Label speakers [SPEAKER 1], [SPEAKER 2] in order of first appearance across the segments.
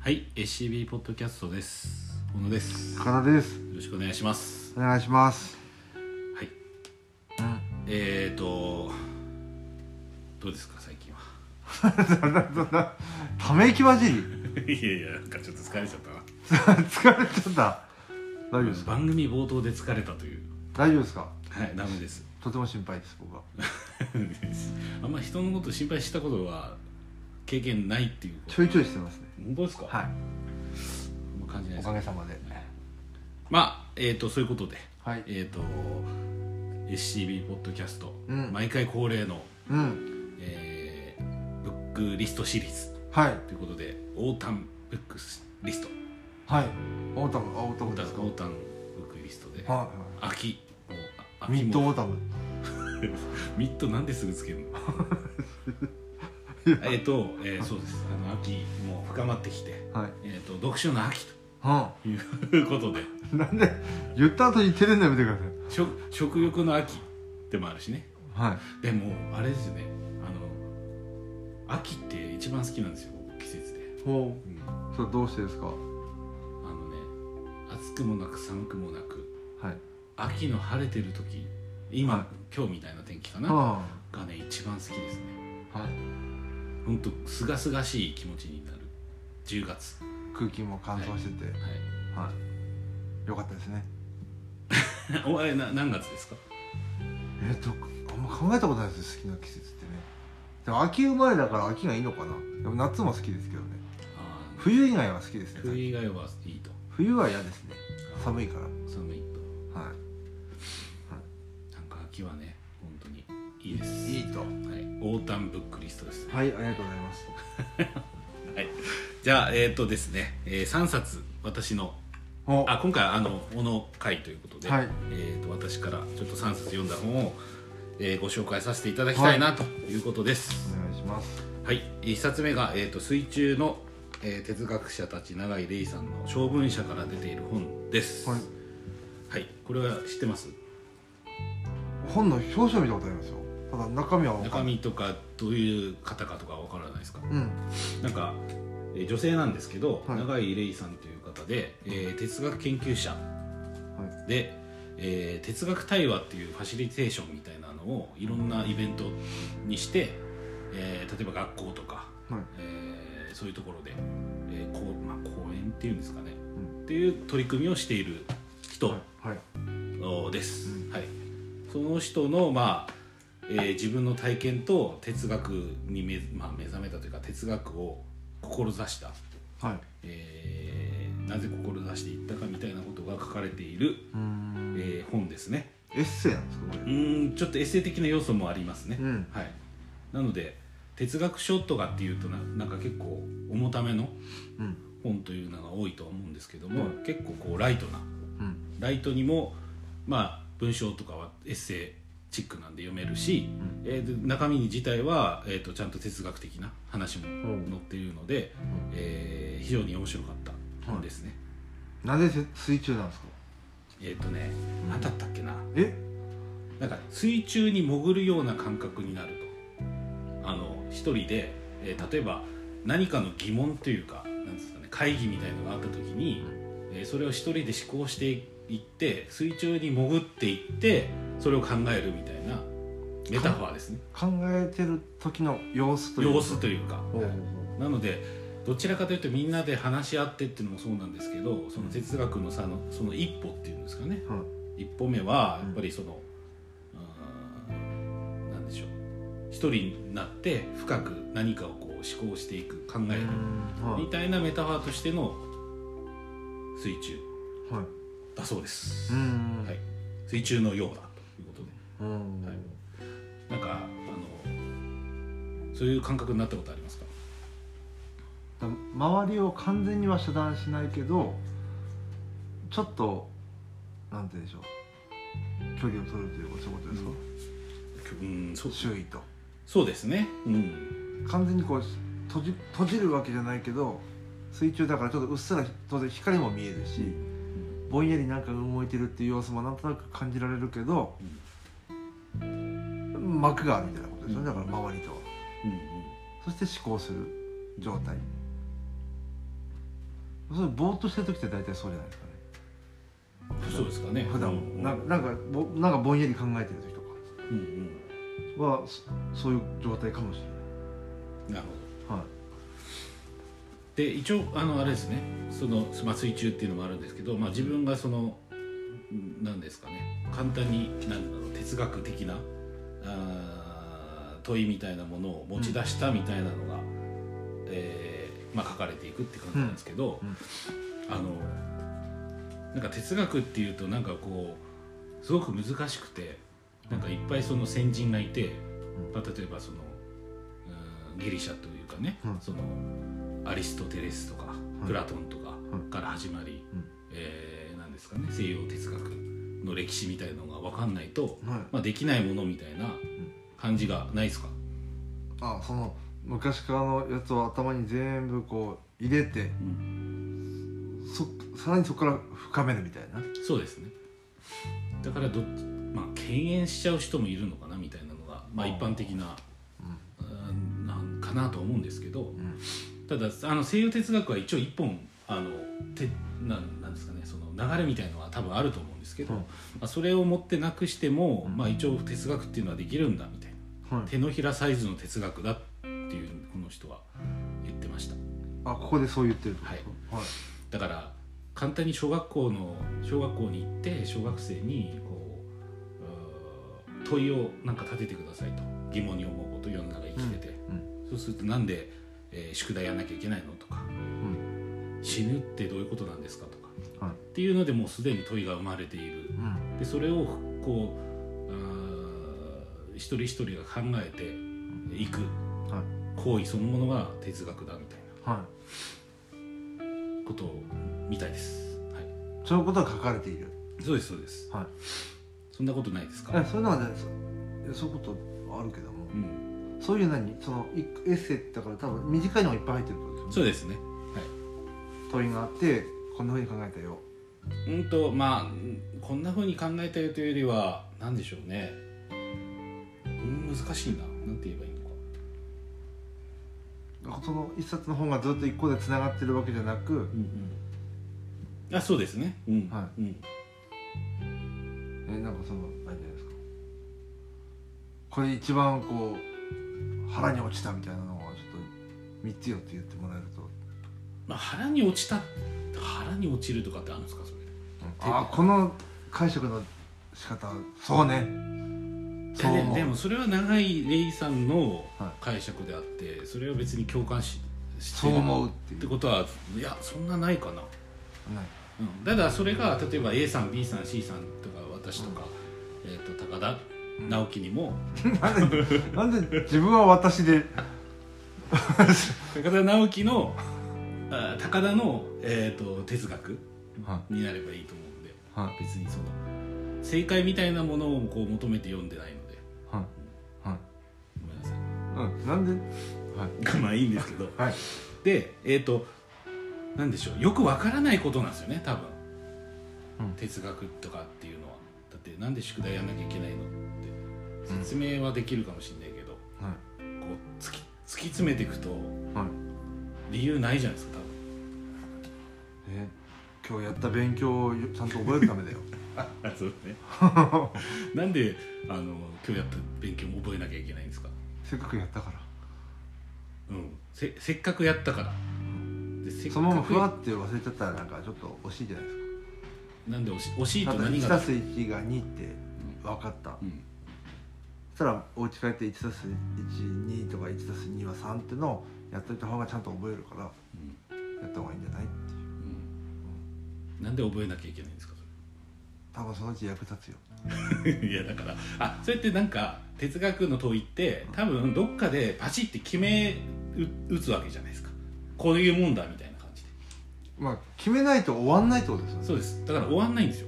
[SPEAKER 1] はい、SCB ポッドキャストです。小野です。よ
[SPEAKER 2] 深田です
[SPEAKER 1] ろしくお願いします。
[SPEAKER 2] お願いします
[SPEAKER 1] はい。
[SPEAKER 2] うん
[SPEAKER 1] えーと、どうですか最近は。
[SPEAKER 2] そんなそんなため息混じり
[SPEAKER 1] いやいや、なんかちょっと疲れちゃったな。
[SPEAKER 2] 疲れちゃった大丈夫ですか
[SPEAKER 1] 番組冒頭で疲れたという。
[SPEAKER 2] 大丈夫ですか
[SPEAKER 1] はい、ダメです。
[SPEAKER 2] とても心配です僕は
[SPEAKER 1] あんま人のこと心配したことは経験ないっていうこと。
[SPEAKER 2] ちょいちょいしてますね
[SPEAKER 1] 本当ですか。あ
[SPEAKER 2] は。
[SPEAKER 1] んま感じない
[SPEAKER 2] い
[SPEAKER 1] です
[SPEAKER 2] おか
[SPEAKER 1] ね。
[SPEAKER 2] げさまで
[SPEAKER 1] まあ、えーとそういうことで、
[SPEAKER 2] はい
[SPEAKER 1] えーと SCB ポッドキャスト、
[SPEAKER 2] うん
[SPEAKER 1] 毎回恒例の、
[SPEAKER 2] うん
[SPEAKER 1] えーブックリストシリーズ。
[SPEAKER 2] はい
[SPEAKER 1] ということで、オータンブックスリスト、
[SPEAKER 2] はいオータムあオータ
[SPEAKER 1] オ
[SPEAKER 2] ム
[SPEAKER 1] ータ
[SPEAKER 2] で
[SPEAKER 1] ン
[SPEAKER 2] すか
[SPEAKER 1] オータンブックリストで、
[SPEAKER 2] はいは
[SPEAKER 1] 秋、もうあ
[SPEAKER 2] い
[SPEAKER 1] 秋
[SPEAKER 2] ミッド
[SPEAKER 1] も
[SPEAKER 2] オータム
[SPEAKER 1] ミッドなんですぐつける のえっと、えーそうです、あの秋、もう深まってきて、
[SPEAKER 2] はい
[SPEAKER 1] えー、と読書の秋
[SPEAKER 2] う
[SPEAKER 1] ということで、
[SPEAKER 2] ん なんで言った後に照れんのやめてくだ
[SPEAKER 1] 食食欲の秋でもあるしね、
[SPEAKER 2] さいはい
[SPEAKER 1] でも、あれですよね、あの秋って一番好きなんですよ、僕季節で。
[SPEAKER 2] ほ
[SPEAKER 1] うん
[SPEAKER 2] うそれどうしてですかは
[SPEAKER 1] あのね、暑くもなく寒くもなく
[SPEAKER 2] い
[SPEAKER 1] 秋の晴れてる時今、
[SPEAKER 2] はい
[SPEAKER 1] 今日みたいな天気かな、
[SPEAKER 2] は
[SPEAKER 1] がね一番好きですね
[SPEAKER 2] あはい
[SPEAKER 1] ほんとすがすがしい気持ちになる10月は
[SPEAKER 2] 空気も乾燥しててはいよかったですね
[SPEAKER 1] い お前な何月ですか
[SPEAKER 2] えっとあんま考えたことないですよ好きな季節ってねでも秋生まれだから秋がいいのかなでも夏も好きですけどね
[SPEAKER 1] あ
[SPEAKER 2] 冬以外は好きですね
[SPEAKER 1] ー冬以外はいいと
[SPEAKER 2] 冬は嫌ですね
[SPEAKER 1] い
[SPEAKER 2] 寒いから
[SPEAKER 1] 寒いと
[SPEAKER 2] は
[SPEAKER 1] なんか秋はね本当にいいです
[SPEAKER 2] いいいと
[SPEAKER 1] はい、オータンブックリストですね
[SPEAKER 2] はいありがとうございます
[SPEAKER 1] はいじゃあえっ、とですね、え3冊私の
[SPEAKER 2] お
[SPEAKER 1] あ今回あの小野会ということで、
[SPEAKER 2] はい
[SPEAKER 1] えー、と私からちょっと3冊読んだ本を、えーご紹介させていただきたいなということです、
[SPEAKER 2] お願いします
[SPEAKER 1] はい、一冊目が、えー、と水中の、えー哲学者たち永井玲衣さんの「小文社」から出ている本です、
[SPEAKER 2] はい
[SPEAKER 1] はいこれは知ってます
[SPEAKER 2] 本の表紙を見たことありますよただ中身は分か
[SPEAKER 1] 中
[SPEAKER 2] んない
[SPEAKER 1] 身とかどういう方かとかわからないですか
[SPEAKER 2] うん
[SPEAKER 1] なんか、えー女性なんですけど、
[SPEAKER 2] はい
[SPEAKER 1] 永井玲衣さんという方で、えー哲学研究者で、えー哲学対話っていうファシリテーションみたいなのをいろんなイベントにして、えー例えば学校とか
[SPEAKER 2] はい
[SPEAKER 1] えーそういうところで、えーこうまあ、講演っていうんですかね、
[SPEAKER 2] う
[SPEAKER 1] っていう取り組みをしている人
[SPEAKER 2] はいはい
[SPEAKER 1] おです、
[SPEAKER 2] う
[SPEAKER 1] はい、その人の、まあえー自分の体験と哲学に目,、まあ、目覚めたというか哲学を志した、
[SPEAKER 2] はい
[SPEAKER 1] えーなぜ志していったかみたいなことが書かれている、
[SPEAKER 2] うーん
[SPEAKER 1] えー本ですね
[SPEAKER 2] エッセイなんですかこ
[SPEAKER 1] う
[SPEAKER 2] れ
[SPEAKER 1] ーんちょっとエッセイ的な要素もありますね、
[SPEAKER 2] うん
[SPEAKER 1] はい、なので哲学書とかっていうとななんか結構重ための
[SPEAKER 2] うん
[SPEAKER 1] 本というのが多いと思うんですけども、
[SPEAKER 2] うん
[SPEAKER 1] 結構こうライトな
[SPEAKER 2] うん
[SPEAKER 1] ライトにもまあ文章とかはエッセイチックなんで読めるし、
[SPEAKER 2] ん
[SPEAKER 1] えーで中身自体は、えー、とちゃんと哲学的な話も
[SPEAKER 2] ん
[SPEAKER 1] 載っているので、えー非常に面白かった本ですね。
[SPEAKER 2] なぜせ水中なんですか
[SPEAKER 1] えっ、とね
[SPEAKER 2] うん
[SPEAKER 1] 何だったっけな
[SPEAKER 2] え
[SPEAKER 1] なんか水中に潜るような感覚になるとあの一人で、えー例えば何かの疑問というかなんですかね会議みたいのがあった時に、えーそれを一人で思考していって水中に潜っていってそれを考えるみたいなメタファーですね
[SPEAKER 2] 考えてる時の様子というか
[SPEAKER 1] 様子というか。
[SPEAKER 2] ほうほう
[SPEAKER 1] なのでどちらかというとみんなで話し合ってっていうのもそうなんですけどその哲学のさのその一歩っていうんですかね
[SPEAKER 2] ほうはい
[SPEAKER 1] 一歩目はやっぱりその、うーん、なんでしょう一人になって深く何かをこう思考していく考える
[SPEAKER 2] はい
[SPEAKER 1] みたいなメタファーとしての水中
[SPEAKER 2] はい。
[SPEAKER 1] だそうです、
[SPEAKER 2] ん
[SPEAKER 1] はい、水中のようだということで
[SPEAKER 2] うん
[SPEAKER 1] はいなんかあのそういう感覚になったことありますか
[SPEAKER 2] だ周りを完全には遮断しないけど、ちょっとなんて言うんでしょう。距離を取るというかそういうことですか。
[SPEAKER 1] うんそう
[SPEAKER 2] 周囲と
[SPEAKER 1] そうですねうん
[SPEAKER 2] 完全にこう閉じ閉じるわけじゃないけど、水中だからちょっとうっすら当然光も見えるし、ぼんやりなんか動いてるっていう様子もなんとなく感じられるけど、膜があるみたいなことでしょ。
[SPEAKER 1] うん
[SPEAKER 2] だから周りとは。
[SPEAKER 1] うんうん
[SPEAKER 2] そして思考する状態。それぼーっとしてる時って大体そうじゃないですかね
[SPEAKER 1] そうですかね
[SPEAKER 2] 普段
[SPEAKER 1] うん
[SPEAKER 2] ななんかぼなんかぼんやり考えてる時と
[SPEAKER 1] うんうん
[SPEAKER 2] かはそそういう状態かもしれ
[SPEAKER 1] なるほど
[SPEAKER 2] ない、は
[SPEAKER 1] で一応あのあれですねそのまあ水中っていうのもあるんですけど、まあ、自分がそのんなんですかね簡単になんだろう哲学的なあー問いみたいなものを持ち出したみたいなのが、えーまあ、書かれていくって感じなんですけど、
[SPEAKER 2] うんうん
[SPEAKER 1] あのなんか哲学っていうとなんかこうすごく難しくてなんかいっぱいその先人がいて、
[SPEAKER 2] ん
[SPEAKER 1] まあ、例えばそのうんギリシャというかね、
[SPEAKER 2] うん
[SPEAKER 1] そのアリストテレスとか、
[SPEAKER 2] い
[SPEAKER 1] プラトンとか
[SPEAKER 2] うん
[SPEAKER 1] から始まり、
[SPEAKER 2] うん
[SPEAKER 1] えーなんですかね西洋哲学の歴史みたいのが分かんないと、
[SPEAKER 2] いはい、
[SPEAKER 1] まあ、できないものみたいな感じがないですか、
[SPEAKER 2] あその昔からのやつを頭に全部こう入れて
[SPEAKER 1] うん
[SPEAKER 2] そさらにそこから深めるみたいな
[SPEAKER 1] そうですねだからどっちまあ敬遠しちゃう人もいるのかなみたいなのが、まあ、
[SPEAKER 2] あ
[SPEAKER 1] 一
[SPEAKER 2] ー
[SPEAKER 1] 般的な
[SPEAKER 2] う
[SPEAKER 1] うんなんかなと思うんですけど、
[SPEAKER 2] んうん
[SPEAKER 1] ただあの西洋哲学は一応一本あのてなんなんですかねその流れみたいのは多分あると思うんですけど、
[SPEAKER 2] うん
[SPEAKER 1] まあ、それを持ってなくしても、
[SPEAKER 2] うん
[SPEAKER 1] まあ、一応哲学っていうのはできるんだみたい
[SPEAKER 2] は
[SPEAKER 1] ない手のひらサイズの哲学だっていうこの人は言ってました
[SPEAKER 2] あここでそう言ってるってこと
[SPEAKER 1] だから簡単に小学校の小学校に行って小学生にこううー問いをなんか立ててくださいと疑問に思うこと世の中生きてて、
[SPEAKER 2] うん
[SPEAKER 1] そうするとなんで、えー宿題やんなきゃいけないのとか
[SPEAKER 2] うん
[SPEAKER 1] 死ぬってどういうことなんですかとか
[SPEAKER 2] は
[SPEAKER 1] っ
[SPEAKER 2] い
[SPEAKER 1] ていうのでもうすでに問いが生まれている
[SPEAKER 2] うん
[SPEAKER 1] でそれをこうあー一人一人が考えていく
[SPEAKER 2] はい
[SPEAKER 1] 行為そのものが哲学だみたい
[SPEAKER 2] は
[SPEAKER 1] なことをみたいです、はい、
[SPEAKER 2] いそういうことが書かれている
[SPEAKER 1] そうですそうです
[SPEAKER 2] はい
[SPEAKER 1] そんなことないです
[SPEAKER 2] え
[SPEAKER 1] か、
[SPEAKER 2] そういうのはねそいやそういうことあるけども
[SPEAKER 1] うん、
[SPEAKER 2] そういう何そのいエッセイだから多分短いのがいっぱい入ってるってことです
[SPEAKER 1] そう
[SPEAKER 2] よね
[SPEAKER 1] ですね
[SPEAKER 2] 問いがあってこんなふうに考えたよ
[SPEAKER 1] うんとまあうんこんなふうに考えたよというよりは何でしょうねうん難しいななんて言えばいいのか
[SPEAKER 2] その一冊の本がずっと一個でつながってるわけじゃなく、
[SPEAKER 1] うんうんあそうですねうん、
[SPEAKER 2] は
[SPEAKER 1] うん
[SPEAKER 2] えなんかそのあれじゃないですかこれ一番こう腹に落ちたみたいなのをちょっと3つよって言ってもらえると、
[SPEAKER 1] まあ、腹に落ちた腹に落ちるとかってあるんですかそれ
[SPEAKER 2] ああこの解釈の仕方そうねそう
[SPEAKER 1] いや
[SPEAKER 2] 思う
[SPEAKER 1] ででもそれは長井レイさんの
[SPEAKER 2] は
[SPEAKER 1] 解釈であってそれは別に共感しして
[SPEAKER 2] そう
[SPEAKER 1] る
[SPEAKER 2] 思う
[SPEAKER 1] っ
[SPEAKER 2] っていう
[SPEAKER 1] てことはいやそんなないかな、
[SPEAKER 2] ない
[SPEAKER 1] うん、ただそれが例えば A さん B さん C さんとか私とか、えー、と高田直樹にも、
[SPEAKER 2] なんでなんで自分は私で
[SPEAKER 1] 高田直樹の あ高田の、えー、と哲学
[SPEAKER 2] は
[SPEAKER 1] になればいいと思うんで
[SPEAKER 2] いはい
[SPEAKER 1] 別にその正解みたいなものをこう求めて読んでないので
[SPEAKER 2] はいはい
[SPEAKER 1] ごめんなさい
[SPEAKER 2] うんなんではい
[SPEAKER 1] まあいいんですけど
[SPEAKER 2] はい
[SPEAKER 1] でえっ、となんでしょうよくわからないことなんですよね多分、
[SPEAKER 2] うん
[SPEAKER 1] 哲学とかっていうのはだってなんで宿題やんなきゃいけないのって説明はできるかもしれないけど、
[SPEAKER 2] はい
[SPEAKER 1] こう突き突き詰めていくと
[SPEAKER 2] はい
[SPEAKER 1] 理由ないじゃないですか多分
[SPEAKER 2] え今日やった勉強をちゃんと覚えるためだよ
[SPEAKER 1] あそうねなんであの今日やった勉強も覚えなきゃいけないんですか、
[SPEAKER 2] せっかくやったから
[SPEAKER 1] うん、せせっかくやったからでせっ
[SPEAKER 2] そのままふわって忘れちゃったらなんかちょっと惜しいじゃないですか
[SPEAKER 1] なんで惜し惜しいと
[SPEAKER 2] ただ
[SPEAKER 1] 何
[SPEAKER 2] 1
[SPEAKER 1] が
[SPEAKER 2] たす1が2って分かった、
[SPEAKER 1] うん
[SPEAKER 2] そしたらお家帰って1たす12とか1たす2は3ってのをやっといた方がちゃんと覚えるから
[SPEAKER 1] うん
[SPEAKER 2] やった方がいいんじゃないっていう
[SPEAKER 1] うんなんで覚えなきゃいけないんですか
[SPEAKER 2] 多分そのうち役立つよ
[SPEAKER 1] それいやだからあそれってなんか哲学の問いって多分どっかでパチって決めう打つわけじゃないですかこういうもんだみたいな感じで
[SPEAKER 2] まあ決めないと終わんないってことですよね
[SPEAKER 1] そうですだから終わんないんですよ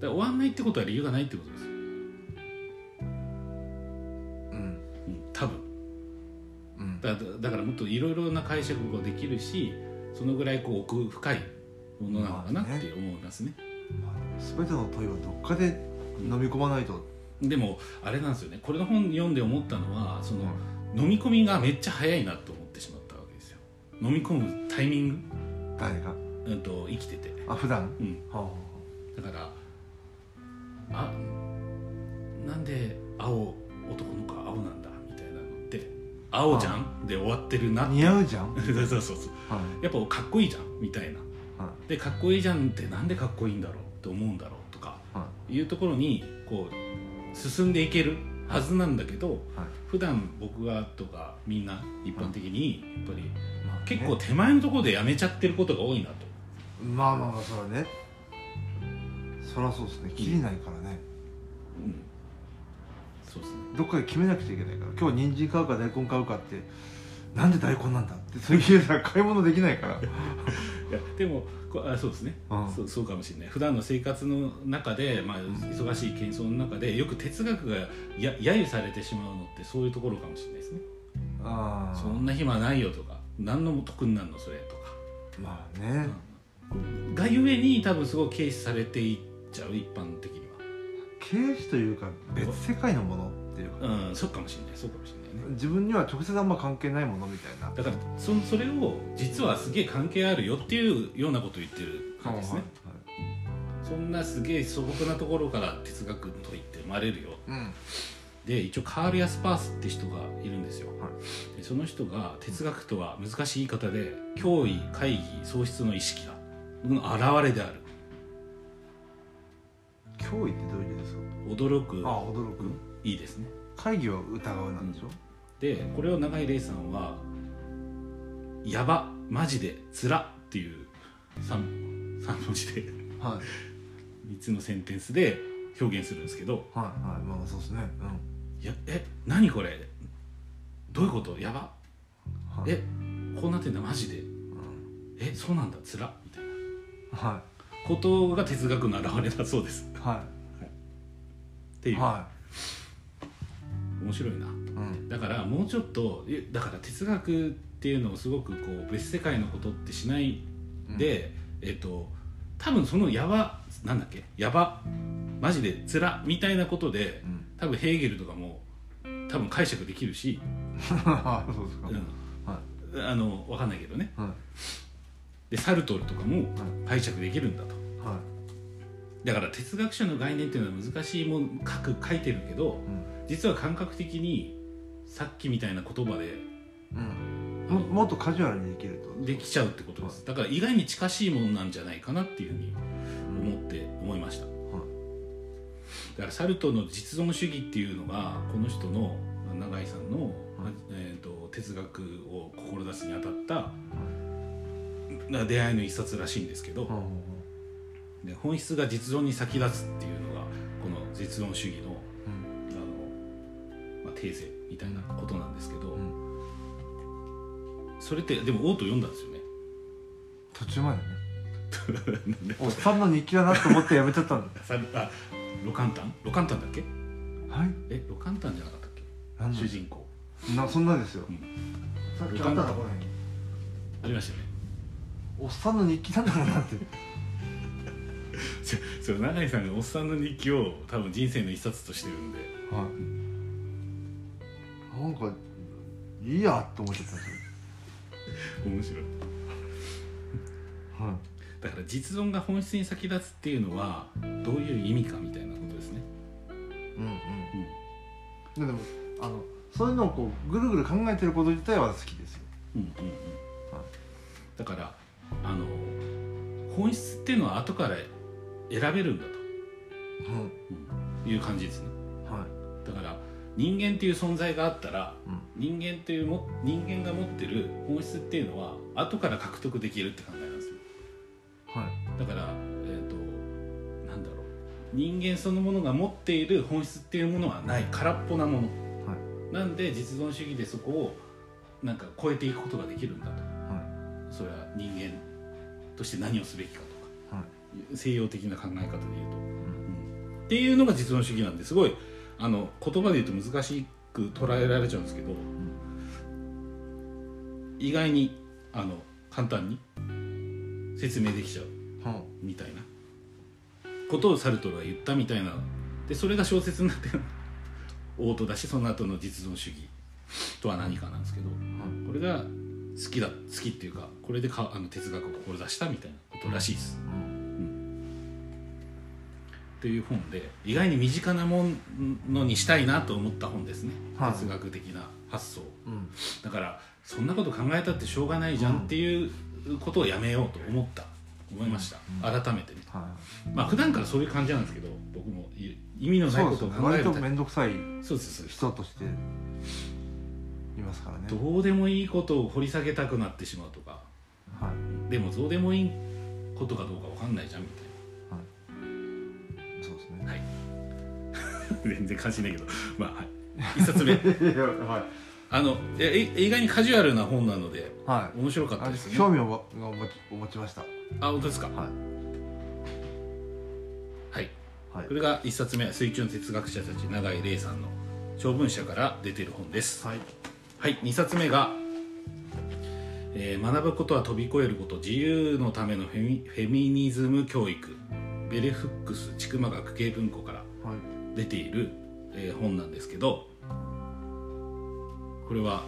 [SPEAKER 1] だから終わんないってことは理由がないってことですよ、う
[SPEAKER 2] ん
[SPEAKER 1] ん、多分
[SPEAKER 2] うんうん
[SPEAKER 1] だだからもっといろいろな解釈ができるしそのぐらいこう奥深いものなのかなって思いますね
[SPEAKER 2] まあ、全ての問いはどっかで飲み込まないと、
[SPEAKER 1] でもあれなんですよねこれの本読んで思ったのはその、飲み込みがめっちゃ早いなと思ってしまったわけですよ飲み込むタイミング
[SPEAKER 2] 誰が
[SPEAKER 1] うん、と生きてて、
[SPEAKER 2] あ普段
[SPEAKER 1] うん、
[SPEAKER 2] はあは
[SPEAKER 1] だからあなんで青男の子は青なんだみたいなのって「青じゃん?」で終わってる
[SPEAKER 2] あ
[SPEAKER 1] な
[SPEAKER 2] はあ
[SPEAKER 1] って
[SPEAKER 2] 似合うじゃん
[SPEAKER 1] そうそうそう
[SPEAKER 2] はい
[SPEAKER 1] やっぱかっこいいじゃんみたいな
[SPEAKER 2] は
[SPEAKER 1] でかっこいいじゃんってなんでかっこいいんだろうって思うんだろうとか
[SPEAKER 2] いは
[SPEAKER 1] いうところにこう進んでいけるはずなんだけど
[SPEAKER 2] いはい
[SPEAKER 1] 普段僕がとかみんな一般的にやっぱり
[SPEAKER 2] まあね
[SPEAKER 1] 結構手前のところでやめちゃってることが多いなと
[SPEAKER 2] まあまあまあそれはねそりゃそうですね切りないからね
[SPEAKER 1] うんそうですね
[SPEAKER 2] どっかで決めなくちゃいけないから今日人参買うか大根買うかってなんで大根なんだってそういうさ買い物できないから
[SPEAKER 1] いやでもこあそうですね、
[SPEAKER 2] うん
[SPEAKER 1] そうそうかもしれない普段の生活の中で、まあ、忙しい喧騒の中でよく哲学がや揶揄されてしまうのってそういうところかもしれないですね、
[SPEAKER 2] ああ
[SPEAKER 1] そんな暇ないよとか何の得になるのそれとか、
[SPEAKER 2] まあね
[SPEAKER 1] うんがゆえに多分すごい軽視されていっちゃう一般的に
[SPEAKER 2] 軽視というか別世界のものっていうか
[SPEAKER 1] はうんそうかもしれないそうかもしれないね
[SPEAKER 2] 自分には直接あんま関係ないものみたいな
[SPEAKER 1] だからそそれを実はすげえ関係あるよっていうようなことを言ってる感じですね、
[SPEAKER 2] はい
[SPEAKER 1] そんなすげえ素朴なところから哲学と言って生まれるよ
[SPEAKER 2] はい
[SPEAKER 1] で一応カール・ヤスパースって人がいるんですよ、
[SPEAKER 2] は
[SPEAKER 1] でその人が哲学とは難しい言い方で脅威会議喪失の意識だの現れである
[SPEAKER 2] うん脅威ってどういう意味ですか
[SPEAKER 1] 驚く
[SPEAKER 2] ああ驚く
[SPEAKER 1] いいですね
[SPEAKER 2] 会議は疑うなんでしょ
[SPEAKER 1] でこれを永井玲さんは「やばマジでつら」っていう 3, 三文字で
[SPEAKER 2] はい
[SPEAKER 1] 3つのセンテンスで表現するんですけど
[SPEAKER 2] はいはいまあそうですね
[SPEAKER 1] 「やえ何これどういうことやば
[SPEAKER 2] うんはい
[SPEAKER 1] えこうなってんだマジで
[SPEAKER 2] うん
[SPEAKER 1] えそうなんだつら」みたいな。
[SPEAKER 2] は
[SPEAKER 1] ことが哲学の表れだそうです
[SPEAKER 2] いは
[SPEAKER 1] って
[SPEAKER 2] い
[SPEAKER 1] いう、
[SPEAKER 2] は
[SPEAKER 1] 面白いない
[SPEAKER 2] うん
[SPEAKER 1] だからもうちょっとえだから哲学っていうのをすごくこう別世界のことってしないで、えっと多分そのやばなんだっけやばマジでつらみたいなことで
[SPEAKER 2] うん
[SPEAKER 1] 多分ヘーゲルとかも多分解釈できるし、
[SPEAKER 2] あそうですか、
[SPEAKER 1] うん
[SPEAKER 2] は
[SPEAKER 1] あの分かんないけどね
[SPEAKER 2] は
[SPEAKER 1] でサルトルとかも解釈できるんだと
[SPEAKER 2] いは
[SPEAKER 1] だから哲学者の概念っていうのは難しいもん書く書いてるけど
[SPEAKER 2] いうん
[SPEAKER 1] 実は感覚的にさっきみたいな言葉で
[SPEAKER 2] うんももっとカジュアルにできると
[SPEAKER 1] できちゃうってことですだから意外に近しいもんなんじゃないかなっていうふうに思って思いました、だからサルトの実存主義っていうのがこの人の永井さんの、えー、と哲学を志すにあたったな出会いの一冊らしいんですけど、
[SPEAKER 2] うんうん
[SPEAKER 1] で本質が実存に先立つっていうのがこの実存主義の
[SPEAKER 2] うん
[SPEAKER 1] あの、まあ、テーゼみたいなことなんですけど、
[SPEAKER 2] うん
[SPEAKER 1] それってでもオート読んだんですよね
[SPEAKER 2] 途中までねおっさんの日記だなと思ってやめちゃったんだ
[SPEAKER 1] さあロカンタンロカンタンだっけ
[SPEAKER 2] はい
[SPEAKER 1] えロカンタンじゃなかったっけ
[SPEAKER 2] なん だ
[SPEAKER 1] 主人公
[SPEAKER 2] なそんなですよ、
[SPEAKER 1] うん
[SPEAKER 2] さっきあったなこれ
[SPEAKER 1] ありましたよね
[SPEAKER 2] おっさんの日記なんだろうなって
[SPEAKER 1] そ それ永井さんがおっさんの日記を多分人生の一冊としてるんで
[SPEAKER 2] はいなんかいいやと思っちゃったんですよ
[SPEAKER 1] 面白い
[SPEAKER 2] はい
[SPEAKER 1] だから実存が本質に先立つっていうのはどういう意味かみたいなことですね、
[SPEAKER 2] うんうんでもあのそういうのをこうぐるぐる考えてること自体は好きですよ
[SPEAKER 1] うん、うんうんうんだからあの本質っていうのは後から選べるんだ
[SPEAKER 2] う
[SPEAKER 1] という感じですね
[SPEAKER 2] んはい
[SPEAKER 1] だから人間っていう存在があったら
[SPEAKER 2] うん
[SPEAKER 1] 人間というも人間が持ってる本質っていうのは後から獲得できるって考えなんですよ
[SPEAKER 2] はい
[SPEAKER 1] だからえっ、となんだろう人間そのものが持っている本質っていうものはない空っぽなもの、
[SPEAKER 2] は
[SPEAKER 1] なんで実存主義でそこをなんか超えていくことができるんだと
[SPEAKER 2] は
[SPEAKER 1] それは人間として何をすべきかとか、
[SPEAKER 2] は
[SPEAKER 1] 西洋的な考え方で言うと、
[SPEAKER 2] ん
[SPEAKER 1] うんっていうのが実存主義なんですごいあの言葉で言うと難しく捉えられちゃうんですけど、意外にあの簡単に説明できちゃう
[SPEAKER 2] いはい
[SPEAKER 1] みたいなことをサルトルは言ったみたいなでそれが小説になってオートだしその後の実存主義とは何かなんですけどこれが好きだ好きっていうかこれでかあの哲学を志したみたいなことらしいです。
[SPEAKER 2] うん
[SPEAKER 1] という本で意外に身近なものにしたいなと思った本ですね、
[SPEAKER 2] はい
[SPEAKER 1] 哲学的な発想
[SPEAKER 2] うん
[SPEAKER 1] だからそんなこと考えたってしょうがないじゃんっていうことをやめようと思った思いました、
[SPEAKER 2] うん
[SPEAKER 1] 改めてね
[SPEAKER 2] は
[SPEAKER 1] まあ普段からそういう感じなんですけど僕もい意味の
[SPEAKER 2] い、
[SPEAKER 1] ない
[SPEAKER 2] そう
[SPEAKER 1] こ
[SPEAKER 2] です
[SPEAKER 1] とを
[SPEAKER 2] よね
[SPEAKER 1] 考え
[SPEAKER 2] 割
[SPEAKER 1] る
[SPEAKER 2] と
[SPEAKER 1] ため
[SPEAKER 2] 面倒くさい
[SPEAKER 1] そうですそうです
[SPEAKER 2] 人としていますからね
[SPEAKER 1] どうでもいいことを掘り下げたくなってしまうとか
[SPEAKER 2] はい
[SPEAKER 1] でもどうでもいいことかどうかわかんないじゃんみたいな
[SPEAKER 2] そうですね
[SPEAKER 1] 全然関心ないけどまあ、はい、一冊目
[SPEAKER 2] いやはい
[SPEAKER 1] あのええ意外にカジュアルな本なので
[SPEAKER 2] はい
[SPEAKER 1] 面白かった
[SPEAKER 2] あ
[SPEAKER 1] です
[SPEAKER 2] 興
[SPEAKER 1] ね
[SPEAKER 2] 味をわが持ち持ちました
[SPEAKER 1] あ本当ですか
[SPEAKER 2] は
[SPEAKER 1] はい
[SPEAKER 2] いはい
[SPEAKER 1] これが一冊目水中の哲学者たち永井玲さんの長文社から出てる本です
[SPEAKER 2] はい
[SPEAKER 1] はい2冊目が、えー学ぶことは飛び越えること自由のためのフェミフェミニズム教育」ベレフックス千曲学系文庫から
[SPEAKER 2] はい
[SPEAKER 1] 出ている、えー本なんですけどこれは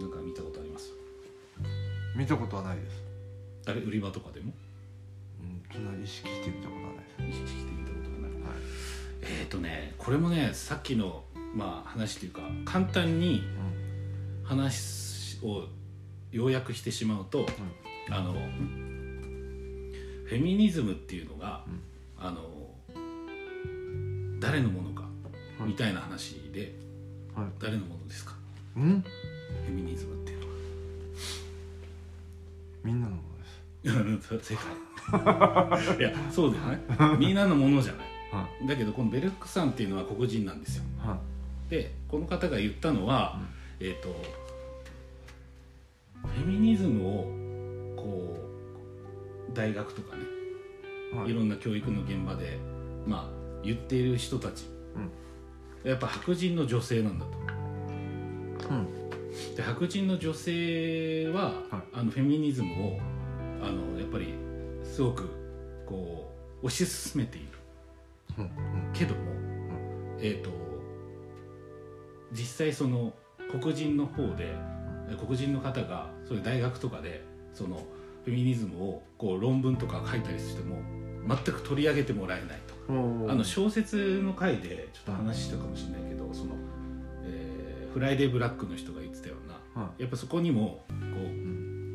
[SPEAKER 1] なんか見たことあります
[SPEAKER 2] 見たことはないです
[SPEAKER 1] あれ売り場とかでも
[SPEAKER 2] うんそんな意識して見たことはないです
[SPEAKER 1] 意識して見たことがない
[SPEAKER 2] はい
[SPEAKER 1] えっ、とねこれもねさっきの、まあ、話というか簡単に
[SPEAKER 2] うん
[SPEAKER 1] 話を要約してしまうと、あのフェミニズムっていうのが、
[SPEAKER 2] うん
[SPEAKER 1] あの誰のものか
[SPEAKER 2] はい
[SPEAKER 1] みたいな話で、
[SPEAKER 2] はい
[SPEAKER 1] 誰のものですか
[SPEAKER 2] うん
[SPEAKER 1] フェミニズムっていうのは
[SPEAKER 2] みんなのものです
[SPEAKER 1] うんそう正解 いやそうだよねみんなのものじゃない
[SPEAKER 2] は
[SPEAKER 1] だけどこのベルクさんっていうのは黒人なんですよ
[SPEAKER 2] いは
[SPEAKER 1] でこの方が言ったのは、えっ、とフェミニズムをこう大学とかね、、
[SPEAKER 2] いはいい
[SPEAKER 1] ろんな教育の現場でまあ言っている人たち、やっぱ白人の女性なんだと
[SPEAKER 2] うん
[SPEAKER 1] で白人の女性は、
[SPEAKER 2] はい
[SPEAKER 1] あのフェミニズムをあのやっぱりすごくこう推し進めている
[SPEAKER 2] うんうん
[SPEAKER 1] けども、えっ、と実際その黒人の方で黒人の方がそういう大学とかでそのフェミニズムをこう論文とか書いたりしても全く取り上げてもらえないとかあの小説の回でちょっと話したかもしれないけどその、えーフライデーブラックの人が言ってたような
[SPEAKER 2] は
[SPEAKER 1] やっぱそこにもこ
[SPEAKER 2] いうう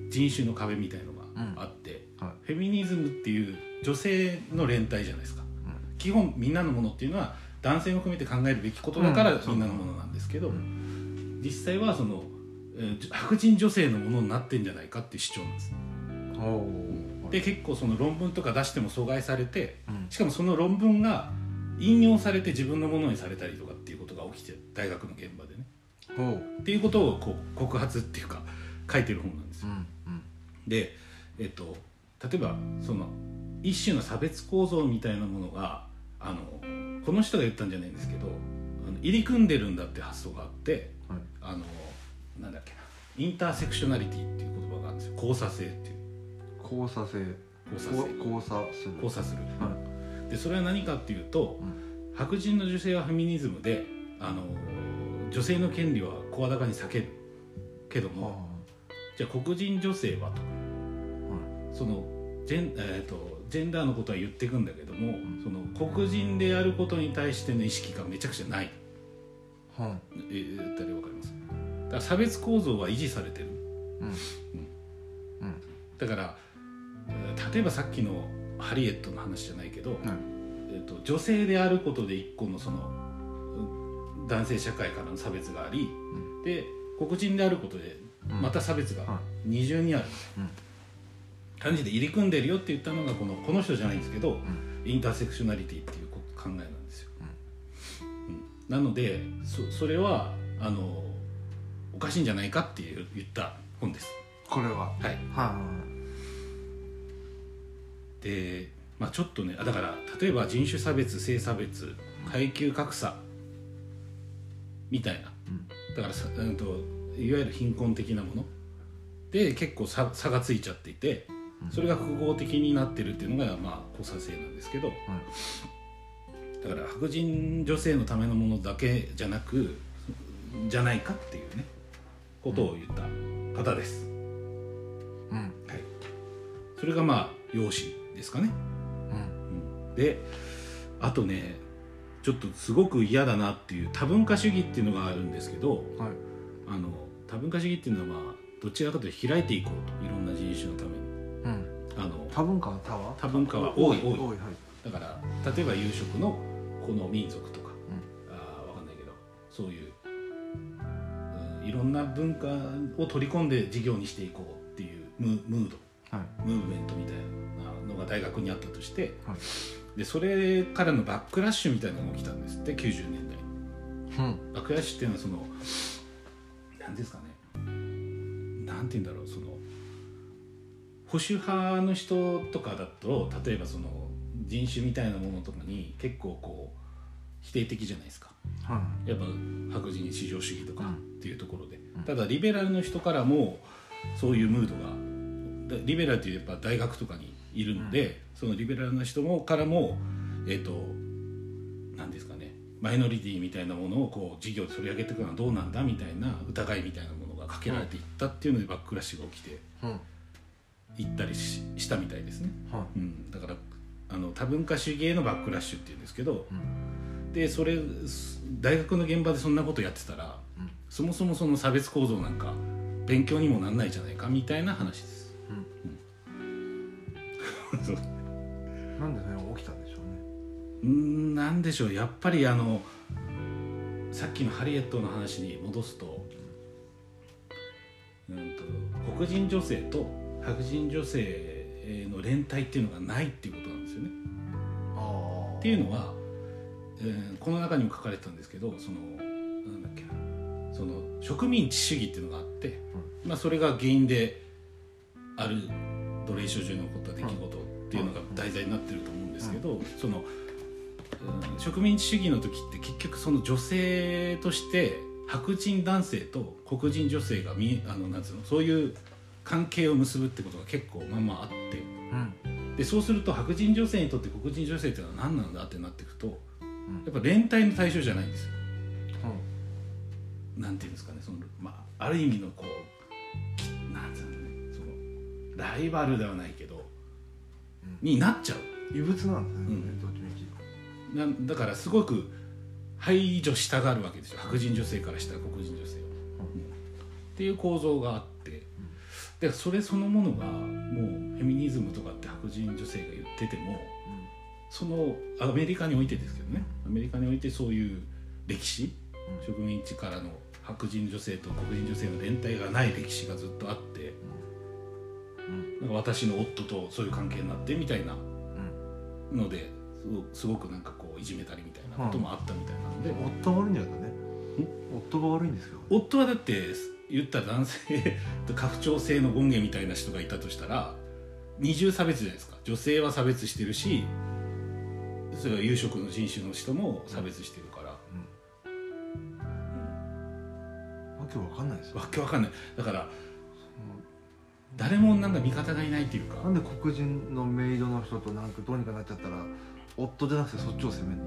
[SPEAKER 2] ん
[SPEAKER 1] 人種の壁みたいのがあって、
[SPEAKER 2] うんはい
[SPEAKER 1] フェミニズムっていう女性の連帯じゃないですか
[SPEAKER 2] うん
[SPEAKER 1] 基本みんなのものっていうのは男性も含めて考えるべきことだから
[SPEAKER 2] うんそう
[SPEAKER 1] みんなのものなんですけど、
[SPEAKER 2] う
[SPEAKER 1] 実際はその、えー白人女性のものになってんじゃないかっていう主張なんです。
[SPEAKER 2] おお
[SPEAKER 1] で結構その論文とか出しても阻害されて
[SPEAKER 2] うん
[SPEAKER 1] しかもその論文が引用されて自分のものにされたりとかっていうことが起きて大学の現場でね。
[SPEAKER 2] おお
[SPEAKER 1] っていうことをこう告発っていうか書いてる本なんです
[SPEAKER 2] う
[SPEAKER 1] よ。
[SPEAKER 2] んうん
[SPEAKER 1] で、えっと、例えばその一種の差別構造みたいなものがあのこの人が言ったんじゃないんですけどあの入り組んでるんだって発想があって
[SPEAKER 2] はい
[SPEAKER 1] あのなんだっけなインターセクショナリティっていう言葉があるんですよ交差性っていう
[SPEAKER 2] 交差性
[SPEAKER 1] 交差性
[SPEAKER 2] こ交差する
[SPEAKER 1] 交差する、
[SPEAKER 2] は
[SPEAKER 1] でそれは何かっていうと、
[SPEAKER 2] う
[SPEAKER 1] 白人の女性はフェミニズムであの女性の権利は声高に避けるけども、
[SPEAKER 2] は
[SPEAKER 1] じゃあ黒人女性はと、
[SPEAKER 2] は
[SPEAKER 1] そのジェン,、えー、とジェンダーのことは言ってくんだけども、
[SPEAKER 2] ん
[SPEAKER 1] その黒人でやることに対しての意識がめちゃくちゃない、
[SPEAKER 2] あはい
[SPEAKER 1] えー、言ったらわかりますだから差別構造は維持されてる
[SPEAKER 2] うんうん
[SPEAKER 1] だからえー例えばさっきのハリエットの話じゃないけど、
[SPEAKER 2] はい
[SPEAKER 1] えー、と女性であることで一個のそのうん男性社会からの差別があり、
[SPEAKER 2] う
[SPEAKER 1] で黒人であることで
[SPEAKER 2] うん
[SPEAKER 1] また差別
[SPEAKER 2] は
[SPEAKER 1] が
[SPEAKER 2] い
[SPEAKER 1] 二重にある、
[SPEAKER 2] うん
[SPEAKER 1] 感じで入り組んでるよって言ったのがこのこの人じゃないんですけど、
[SPEAKER 2] ん
[SPEAKER 1] インターセクショナリティっていうこ考えなんですよ、うんなのでそそれはあのおかしいんじゃないかっていう言った本です
[SPEAKER 2] これは
[SPEAKER 1] はい
[SPEAKER 2] はい
[SPEAKER 1] で、まあ、ちょっとねあだから例えば人種差別性差別階級格差みたいな
[SPEAKER 2] うん
[SPEAKER 1] だからさ、うん、といわゆる貧困的なもので結構差差がついちゃっていてそれが複合的になってるっていうのがまあ交差性なんですけどだから白人女性のためのものだけじゃなくじゃないかっていうねことを言った方です、
[SPEAKER 2] うん
[SPEAKER 1] それがまあ養子ですかね、
[SPEAKER 2] うん
[SPEAKER 1] うんであとねちょっとすごく嫌だなっていう多文化主義っていうのがあるんですけど
[SPEAKER 2] はい
[SPEAKER 1] あの多文化主義っていうのはまあどちらかというと開いていこうといろんな人種のために
[SPEAKER 2] うん
[SPEAKER 1] あの
[SPEAKER 2] 多文化の多は
[SPEAKER 1] 多文化は多い多い
[SPEAKER 2] 多いはい
[SPEAKER 1] だから例えば夕食のこの民族とか、あーわかんないけどそういう、うんいろんな文化を取り込んで授業にしていこうっていうムムード
[SPEAKER 2] はい
[SPEAKER 1] ムーブメントみたいなのが大学にあったとして、
[SPEAKER 2] はい
[SPEAKER 1] でそれからのバックラッシュみたいなのが起きたんですって90年代
[SPEAKER 2] うん
[SPEAKER 1] バックラッシュっていうのはその何ですかねなんて言うんだろうその保守派の人とかだと例えばその人種みたいなものとかに結構こう否定的じゃないですか
[SPEAKER 2] はい
[SPEAKER 1] やっぱ白人至上主義とかっていうところで、
[SPEAKER 2] うん
[SPEAKER 1] ただリベラルの人からもそういうムードがだリベラルっていうやっぱ大学とかにいるので、そのリベラルな人もからもえっ、と何ですかねマイノリティみたいなものをこう授業で取り上げていくのはどうなんだみたいな疑いみたいなものがかけられていったっていうのでバックラッシュが起きて
[SPEAKER 2] うん
[SPEAKER 1] いったりししたみたいですね、
[SPEAKER 2] は
[SPEAKER 1] うん、だからあの多文化主義へのバックラッシュっていうんですけど、
[SPEAKER 2] いうん
[SPEAKER 1] でそれす大学の現場でそんなことやってたら、
[SPEAKER 2] うん
[SPEAKER 1] そもそもその差別構造なんか勉強にもなんないじゃないかみたいな話です。そう
[SPEAKER 2] なんでそれが起きたんでしょうね
[SPEAKER 1] うーんなんでしょうやっぱりあのさっきのハリエットの話に戻すと,、うん、と黒人女性と白人女性の連帯っていうのがないっていうことなんですよね。
[SPEAKER 2] ああ
[SPEAKER 1] っていうのは、えーこの中にも書かれてたんですけどそのなんだっけなその植民地主義っていうのがあって、まあ、それが原因である奴隷所中に起こった出来事っていうのが題材になってると思うんですけど、その、うん植民地主義の時って結局その女性として白人男性と黒人女性がみあのなんつうのそういう関係を結ぶってことが結構まあまああって。
[SPEAKER 2] うん
[SPEAKER 1] でそうすると白人女性にとって黒人女性っていうのは何なんだってなってくると
[SPEAKER 2] うん
[SPEAKER 1] やっぱ連帯の対象じゃないんですよ
[SPEAKER 2] うん
[SPEAKER 1] なんていうんですかねその、まあ、ある意味のこうきなんていうのねそのライバルではないけど
[SPEAKER 2] うん
[SPEAKER 1] になっちゃ
[SPEAKER 2] 異物なんですね、
[SPEAKER 1] うん
[SPEAKER 2] どっちみち
[SPEAKER 1] うなんだからすごく排除したがるわけですよ白人女性からしたら黒人女性を、
[SPEAKER 2] う
[SPEAKER 1] うんっていう構造があってでそれそのものがもうフェミニズムとかって白人女性が言っててもそのアメリカにおいてですけどねアメリカにおいてそういう歴史
[SPEAKER 2] うん
[SPEAKER 1] 植民地からの白人女性と黒人女性の連帯がない歴史がずっとあって
[SPEAKER 2] うん
[SPEAKER 1] なんか私の夫とそういう関係になってみたいな
[SPEAKER 2] うん
[SPEAKER 1] のですごすごくなんかこういじめたりみたいなこともあったみたいなので、
[SPEAKER 2] うん夫が悪いんじゃないですかね夫が悪いんですよ
[SPEAKER 1] 夫はだって言ったら男性と家父長制の権限みたいな人がいたとしたら二重差別じゃないですか女性は差別してるしそれは有色の人種の人も差別してるから。
[SPEAKER 2] わけわかんないですよ
[SPEAKER 1] わけわかんないだから誰もなんか味方がいないっていうか
[SPEAKER 2] なんで黒人のメイドの人となんかどうにかなっちゃったら夫じゃなくてそっちを責めるの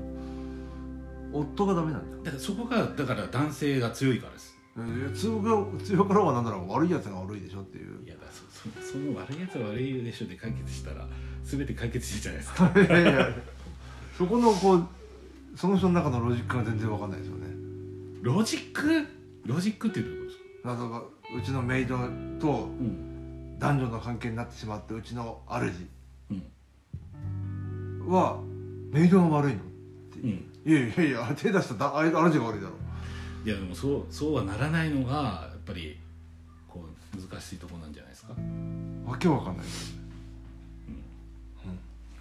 [SPEAKER 2] 夫がダメなん
[SPEAKER 1] だ
[SPEAKER 2] だ
[SPEAKER 1] からそこがだから男性が強いからです
[SPEAKER 2] いや強く強からはなんなら悪いやつが悪いでしょっていう
[SPEAKER 1] いやだそそその悪いやつは悪いでしょで解決したら全て解決してるじゃないですか
[SPEAKER 2] いやいやそこのこうその人の中のロジックが全然わかんないですよね
[SPEAKER 1] ロジックロジックってどういうことですか、
[SPEAKER 2] 謎がうちのメイドと
[SPEAKER 1] うん
[SPEAKER 2] 男女の関係になってしまってうちの主
[SPEAKER 1] うん
[SPEAKER 2] はメイドが悪いのって、
[SPEAKER 1] うん、
[SPEAKER 2] いやいやいや手出しただあれ主が悪いだろ
[SPEAKER 1] いやでもそうそうはならないのがやっぱりこう難しいとこなんじゃないですか
[SPEAKER 2] うわけわかんないです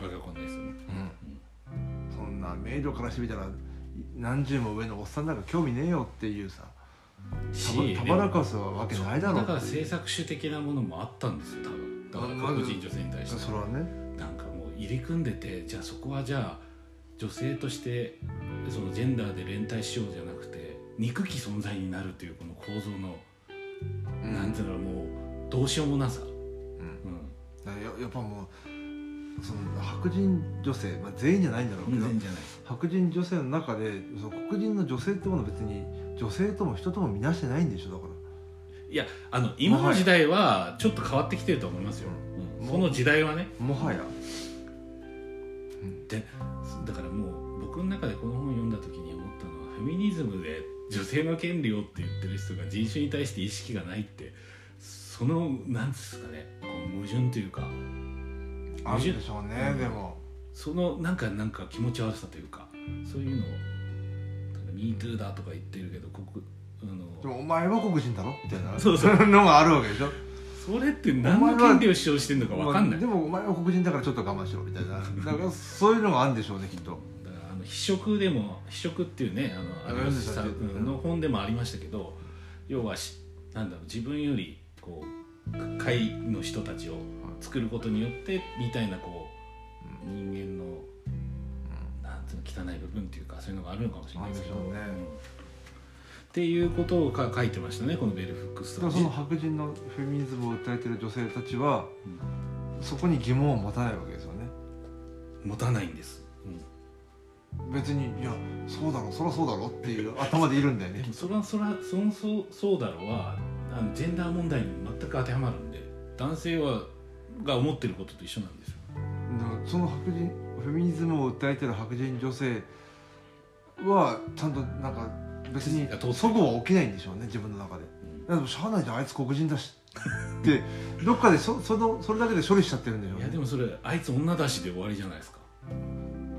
[SPEAKER 1] わけわかんないですよね
[SPEAKER 2] そんなメイドからしてみたら何十も上のおっさんなんか興味ねえよっていうさたま
[SPEAKER 1] した
[SPEAKER 2] ばらかすわけないだろう
[SPEAKER 1] だ
[SPEAKER 2] って
[SPEAKER 1] から
[SPEAKER 2] いう
[SPEAKER 1] 制作主的なものもあったんですよ多分だから黒人女性に対して
[SPEAKER 2] それはね
[SPEAKER 1] なんかもう入り組んでてじゃあそこはじゃあ女性としてそのジェンダーで連帯しようじゃなくて憎き存在になるというこの構造の、なんていうのもうどうしようもなさ、
[SPEAKER 2] うん
[SPEAKER 1] う
[SPEAKER 2] だからややっぱもうその白人女性、まあ、全員じゃないんだろうけ
[SPEAKER 1] ん、
[SPEAKER 2] ど、
[SPEAKER 1] 全然じゃない
[SPEAKER 2] 白人女性の中でその黒人の女性ってものは別に女性とも人とも見なしてないんでしょだから
[SPEAKER 1] いやあの今の時代はちょっと変わってきてると思いますよ、うんその時代はね
[SPEAKER 2] もはや
[SPEAKER 1] だからもう僕の中でこの本を読んだ時に思ったのはフェミニズムで女性の権利をって言ってる人が人種に対して意識がないってそのなんですかねこう矛盾というか
[SPEAKER 2] あるでしょうね、
[SPEAKER 1] うん
[SPEAKER 2] でも
[SPEAKER 1] そのなんかなんか気持ち悪さというかそういうのを「MeToo だ」とか言ってるけどここあ
[SPEAKER 2] で
[SPEAKER 1] の
[SPEAKER 2] もお前は黒人だろみたいな
[SPEAKER 1] そうそう
[SPEAKER 2] う のがあるわけでしょ
[SPEAKER 1] それって何の権利を主張してるのか分かんない、
[SPEAKER 2] まあでもお前は黒人だからちょっと我慢しろみ たいなだからそういうのがあるんでしょうねきっと
[SPEAKER 1] だからあの「非色」でも「非色」っていうねあの有吉さんの本でもありましたけど要はしなんだろう自分よりこう会の人たちを作ることによってみたいなこう人間のなんていうの汚い部分っていうかそういうのがあるのかもしれないですけど。
[SPEAKER 2] あるでしょ
[SPEAKER 1] ん
[SPEAKER 2] うね
[SPEAKER 1] っていうことをか書いてましたねこのベルフックスさ
[SPEAKER 2] で
[SPEAKER 1] ん
[SPEAKER 2] もその白人のフェミニズムを訴えてる女性たちはそこに疑問を持たないわけですよね
[SPEAKER 1] 持たないんです、うん
[SPEAKER 2] 別にいやそうだろそりゃそうだろっていう頭でいるんだよ
[SPEAKER 1] で
[SPEAKER 2] ね
[SPEAKER 1] もそれはそれはそのそうそうだろうはあのジェンダー問題に全く当てはまるんで男性はが思ってることと一緒なんですよ
[SPEAKER 2] だからその白人フェミニズムを訴えてる白人女性はちゃんとなんか別に
[SPEAKER 1] いや通ってる
[SPEAKER 2] そごは起きないんでしょうね自分の中でいやでもしゃあないじゃんあいつ黒人だしってどっかでそそのそれだけで処理しちゃってるんでしょう
[SPEAKER 1] いや
[SPEAKER 2] ね
[SPEAKER 1] でもそれあいつ女だしで終わりじゃないですか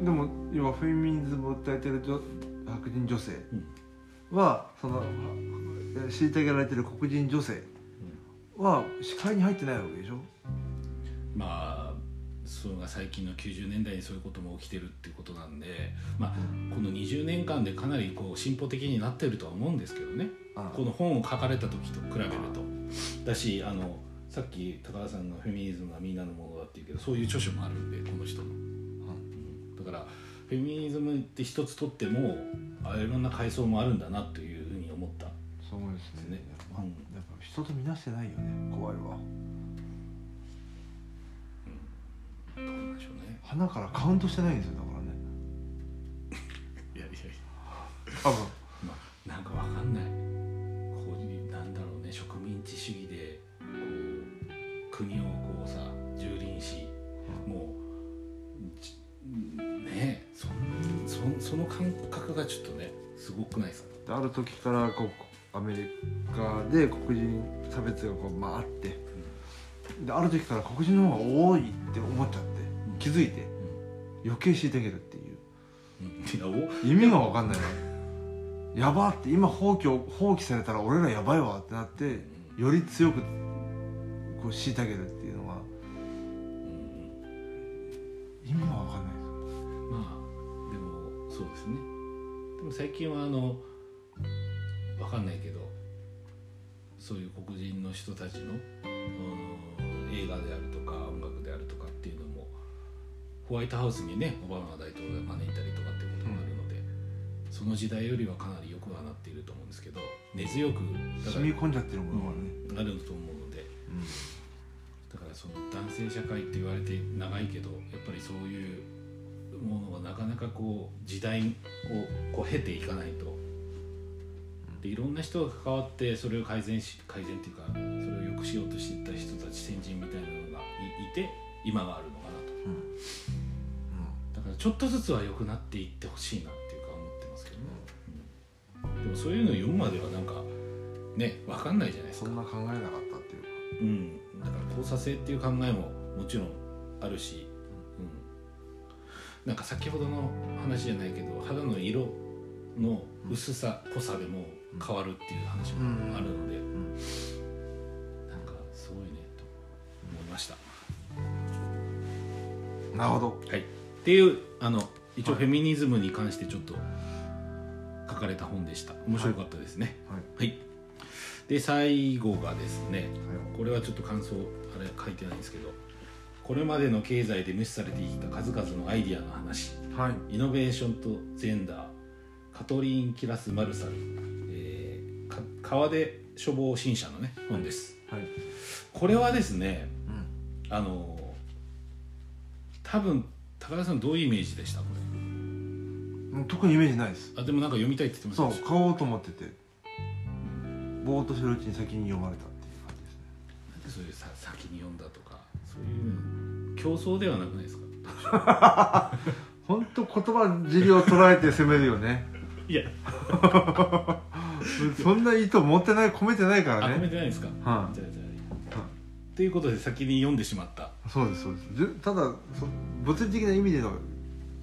[SPEAKER 2] でも今フェミニズムを訴えてる女白人女性は、そのはえ虐げられてる黒人女性は視界に入ってないわけでしょ
[SPEAKER 1] まあそれが最近の90年代にそういうことも起きてるってことなんで、まあ、この20年間でかなりこう進歩的になってるとは思うんですけどね
[SPEAKER 2] あ
[SPEAKER 1] この本を書かれた時と比べるとだしあのさっき高田さんの「フェミニズムはみんなのものだ」っていうけどそういう著書もあるんでこの人の。だからフェミニズムって一つとってもあいろんな階層もあるんだなというふうに思った
[SPEAKER 2] そう思いますね
[SPEAKER 1] ね
[SPEAKER 2] まあ
[SPEAKER 1] うん
[SPEAKER 2] やっぱ人と見なしてないよね怖いわ
[SPEAKER 1] どうなんでしょうね
[SPEAKER 2] 花からカウントしてないんですよだからね
[SPEAKER 1] いやいやいや
[SPEAKER 2] 多分
[SPEAKER 1] まあなんかわかんないこういうなんだろうね植民地主義でこう国をこうさ蹂躙しもうちねえそんそその感覚がちょっとねすごくないですか
[SPEAKER 2] である時からこうアメリカで黒人差別がこう、まあ、あってである時から黒人の方が多いって思っちゃって
[SPEAKER 1] ん
[SPEAKER 2] 気づいて余計虐げるっていう
[SPEAKER 1] うんいやお
[SPEAKER 2] 意味が分かんないわやばって今放棄放棄されたら俺らやばいわってなってより強くこう虐げるっていうのは
[SPEAKER 1] うん
[SPEAKER 2] 意味が分かんないです
[SPEAKER 1] まあでもそうですねでも最近はあのわかんないけどそういう黒人の人たちのうん映画であるとか音楽であるとかっていうのもホワイトハウスにねオバマ大統領が招いたりとかっていうこともあるので、その時代よりはかなりよくはなっていると思うんですけど根強くだから
[SPEAKER 2] 染み込んじゃってるものがね、
[SPEAKER 1] あると思うのでだからその男性社会って言われて長いけどやっぱりそういうものがなかなかこう時代をこう経ていかないとでいろんな人が関わってそれを改善し改善っていうかそれを良くしようとしていった人たち先人みたいなのがいいて今があるのかなと
[SPEAKER 2] うんうん
[SPEAKER 1] だからちょっとずつは良くなっていってほしいなっていうか思ってますけどね、うんでもそういうのを読むまではなんかね分かんないじゃないです
[SPEAKER 2] そ
[SPEAKER 1] か
[SPEAKER 2] んな考えなかったっていうか
[SPEAKER 1] うん、だから交差性っていう考えももちろんあるし、うん、なんか先ほどの話じゃないけど肌の色の薄さ、濃さでも変わるっていう話もあるので、
[SPEAKER 2] ん
[SPEAKER 1] なんかすごいねと思いました。
[SPEAKER 2] なるほど
[SPEAKER 1] はい、っていうあの一応フェミニズムに関してちょっと書かれた本でした面白かったですね。
[SPEAKER 2] はい
[SPEAKER 1] はい、で最後がですね、
[SPEAKER 2] はい
[SPEAKER 1] これはちょっと感想あれ書いてないんですけどこれまでの経済で無視されてきた数々のアイディアの話
[SPEAKER 2] はい
[SPEAKER 1] イノベーションとジェンダーカトリーン・キラス・マルサル、えーか川出処方新社のね本です
[SPEAKER 2] はい
[SPEAKER 1] これはですね
[SPEAKER 2] うん
[SPEAKER 1] あのー多分高田さんどういうイメージでしたこ
[SPEAKER 2] うん特にイメージないです
[SPEAKER 1] れあでもなんか読みたいって言ってました
[SPEAKER 2] そう
[SPEAKER 1] ね
[SPEAKER 2] 買おうと思っててぼーっとするうちに先に読まれたっていう感じですね
[SPEAKER 1] なんでそういうさ先に読んだとかそういう競争ではなくないですか
[SPEAKER 2] 本当言葉尻を捉えて攻めるよ ね
[SPEAKER 1] いや
[SPEAKER 2] そんな意図持ってない込めてないか
[SPEAKER 1] あ
[SPEAKER 2] ら
[SPEAKER 1] 込め
[SPEAKER 2] ね
[SPEAKER 1] てないですか
[SPEAKER 2] は
[SPEAKER 1] じゃあじゃあ
[SPEAKER 2] は
[SPEAKER 1] ということで先に読んでしまった
[SPEAKER 2] いそうですそうですじゅただそ物理的な意味での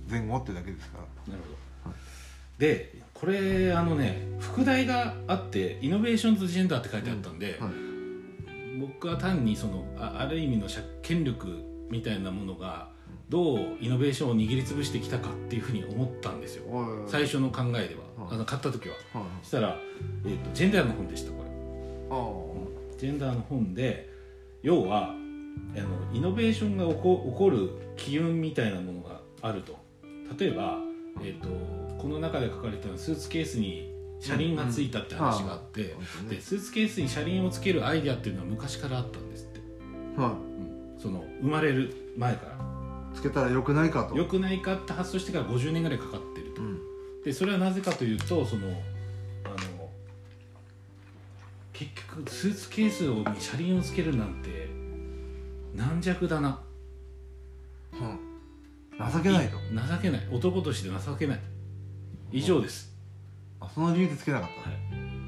[SPEAKER 2] 前後ってだけですから
[SPEAKER 1] なるほど
[SPEAKER 2] はい
[SPEAKER 1] でこれあのね副題があって「イノベーションズ・ジェンダー」って書いてあったんで、
[SPEAKER 2] はい
[SPEAKER 1] 僕は単にそのあある意味の社権力みたいなものがどうイノベーションを握りつぶしてきたかっていうふうに思ったんですよ
[SPEAKER 2] おい
[SPEAKER 1] 最初の考えでは、
[SPEAKER 2] はい
[SPEAKER 1] あの買った時は
[SPEAKER 2] はい
[SPEAKER 1] そしたら、えー、とジェンダーの本でしたこれ
[SPEAKER 2] あ
[SPEAKER 1] ジェンダーの本で要はあのイノベーションが起こ起こる機運みたいなものがあると例えば、えー、とこの中で書かれてたのはスーツケースに車輪がついたって話があって、
[SPEAKER 2] あ本当
[SPEAKER 1] で
[SPEAKER 2] ね
[SPEAKER 1] スーツケースに車輪をつけるアイデアっていうのは昔からあったんですって、
[SPEAKER 2] は
[SPEAKER 1] うんその生まれる前から
[SPEAKER 2] いつけたらよくないかと
[SPEAKER 1] 良くないかって発想してから50年ぐらいかかってると
[SPEAKER 2] うん
[SPEAKER 1] でそれはなぜかというとそのあの結局スーツケースをに車輪をつけるなんて軟弱だな
[SPEAKER 2] うん情けないと
[SPEAKER 1] 情けない男として情けない以上です、
[SPEAKER 2] あその理由でつけなかっ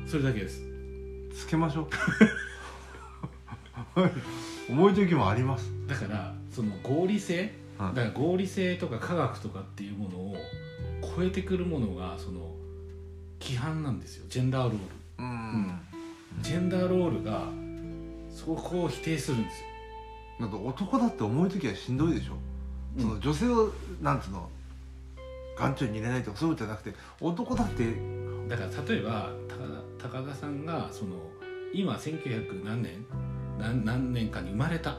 [SPEAKER 2] た
[SPEAKER 1] それだけです
[SPEAKER 2] つけましょう 重い時もあります
[SPEAKER 1] だからその合理性
[SPEAKER 2] は
[SPEAKER 1] だ
[SPEAKER 2] い
[SPEAKER 1] から合理性とか科学とかっていうものを超えてくるものがその規範なんですよジェンダーロール
[SPEAKER 2] うん
[SPEAKER 1] ジェンダーロールがそこを否定するんですよ
[SPEAKER 2] だって男だって重い時はしんどいでしょ、
[SPEAKER 1] うん
[SPEAKER 2] その女性をなんつうの眼中に入れないとかそういうことじゃなくて男だって
[SPEAKER 1] だから例えばた高田さんがその今1900何年何何年かに生まれた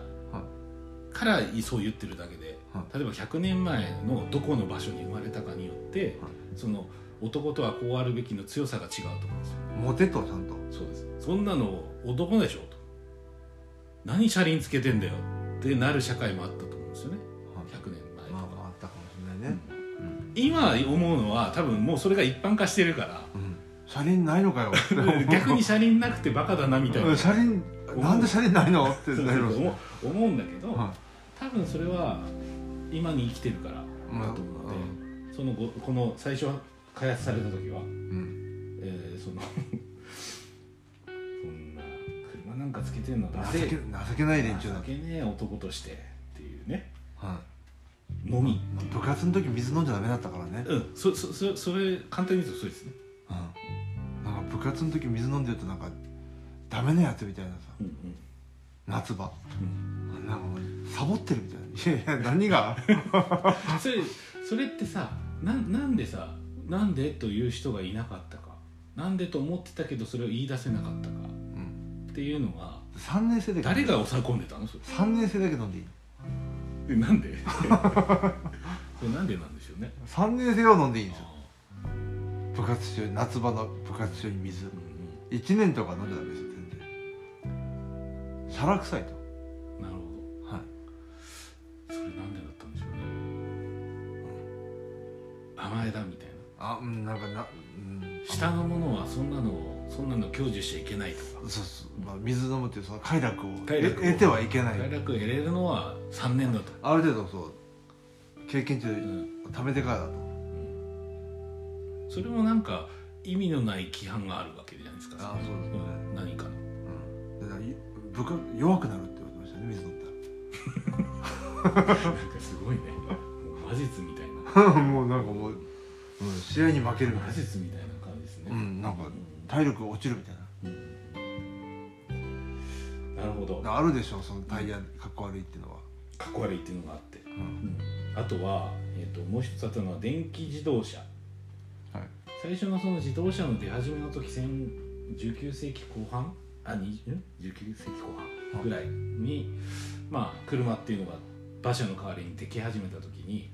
[SPEAKER 1] からそう言ってるだけで、
[SPEAKER 2] は
[SPEAKER 1] 例えば100年前のどこの場所に生まれたかによって、
[SPEAKER 2] はい
[SPEAKER 1] その男とはこうあるべきの強さが違うと思うんですよ
[SPEAKER 2] モテとちゃんと
[SPEAKER 1] そうですそんなの男でしょと何車輪つけてんだよってなる社会もあったと思うんですよね100年前と
[SPEAKER 2] まあ
[SPEAKER 1] か、
[SPEAKER 2] まああったかもしれないね、
[SPEAKER 1] 今思うのは多分もうそれが一般化してる から
[SPEAKER 2] うん、車輪ないのかよ
[SPEAKER 1] 逆に車輪なくてバカだなみたいな
[SPEAKER 2] うん車輪なんで車輪ないのって
[SPEAKER 1] そうそう
[SPEAKER 2] なります
[SPEAKER 1] 思う思うんだけど、
[SPEAKER 2] は
[SPEAKER 1] 多分それは今に生きてるからだと思うので、そのごこの最初開発された時は、
[SPEAKER 2] いうん
[SPEAKER 1] えーそのそんな車なんかつけてんのだ
[SPEAKER 2] 情け情けない連中だ
[SPEAKER 1] 情けねえ男としてっていうね
[SPEAKER 2] は
[SPEAKER 1] のみ、
[SPEAKER 2] い部活の時水飲んじゃダメだったからね、
[SPEAKER 1] うん、そそそそれ簡単に言うとそうですね
[SPEAKER 2] うん、なんか部活の時水飲んでるとなんかダメなやつみたいなさ
[SPEAKER 1] うん
[SPEAKER 2] 夏場
[SPEAKER 1] うん
[SPEAKER 2] なんかもうサボってるみたいないやいや何が
[SPEAKER 1] うんそれそれってさなんなんでさなんでという人がいなかったかなんでと思ってたけどそれを言い出せなかったか
[SPEAKER 2] うん
[SPEAKER 1] っていうのが
[SPEAKER 2] 3年生だけ
[SPEAKER 1] 誰が抑え込んでたのそれ
[SPEAKER 2] 3年生だけ飲んでいい
[SPEAKER 1] えなん でそれなんでなんでしょうね
[SPEAKER 2] 3年生は飲んでいいんですよ
[SPEAKER 1] あ
[SPEAKER 2] 部活中夏場の部活中に水
[SPEAKER 1] ーうん
[SPEAKER 2] 1年とか飲んじゃダメですよ全然シャラ臭いと
[SPEAKER 1] うんなるほ
[SPEAKER 2] はい
[SPEAKER 1] どそれなんでだったんでしょうね、甘えだみたいな
[SPEAKER 2] あうんなんかなうん
[SPEAKER 1] 下のものはそんなのをそんなの享受しちゃいけないとか
[SPEAKER 2] そうそう、まあ、水飲むっていうその快楽を
[SPEAKER 1] 快
[SPEAKER 2] 得
[SPEAKER 1] 楽を
[SPEAKER 2] 得てはいけない
[SPEAKER 1] 快楽を得れるのは3年だと、
[SPEAKER 2] ある程度そう経験値
[SPEAKER 1] う
[SPEAKER 2] で
[SPEAKER 1] ん
[SPEAKER 2] 貯めてからだと
[SPEAKER 1] うんそれもなんか意味のない規範があるわけじゃないですか
[SPEAKER 2] あーそうですね
[SPEAKER 1] ん何か の
[SPEAKER 2] うん、だからい部下弱くなるって言われてましたね水飲ん
[SPEAKER 1] なんかすごいねもう魔術みたいな
[SPEAKER 2] だらもうなんかもう、うん、試合に負けるみ
[SPEAKER 1] 魔
[SPEAKER 2] たいな
[SPEAKER 1] 術みたいな感じですね
[SPEAKER 2] うんなんか体力が落ちるみたいな
[SPEAKER 1] なるほど
[SPEAKER 2] だからあるでしょそのタイヤかっこ悪いっていうのは、
[SPEAKER 1] かっこ悪いっていうのがあって、
[SPEAKER 2] うん
[SPEAKER 1] あとは、えー、ともう一つあったのは電気自動車
[SPEAKER 2] はい
[SPEAKER 1] 最初のその自動車の出始めの時1000 19世紀後半あにん19世紀後半ぐらいに、まあ、車っていうのが馬車の代わりにでき始めた時に、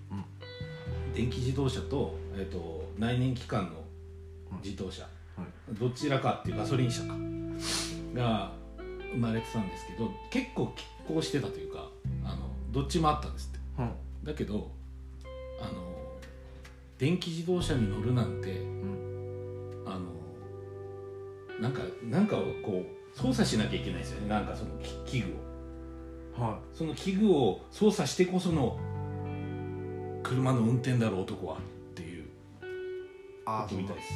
[SPEAKER 1] 電気自動車と,、えー、と内燃機関の自動車、
[SPEAKER 2] は
[SPEAKER 1] どちらかっていうガソリン車かが生まれてたんですけど結構拮抗してたというかあのどっちもあったんですって
[SPEAKER 2] うん
[SPEAKER 1] だけどあの電気自動車に乗るなんて、
[SPEAKER 2] ん
[SPEAKER 1] あのなんかなんかを操作しなきゃいけないですよねなんかそのき器具を
[SPEAKER 2] は
[SPEAKER 1] その器具を操作してこその車の運転だろう男はっていう
[SPEAKER 2] いあ
[SPEAKER 1] こと
[SPEAKER 2] ーそ
[SPEAKER 1] み
[SPEAKER 2] う
[SPEAKER 1] た
[SPEAKER 2] だ
[SPEAKER 1] いです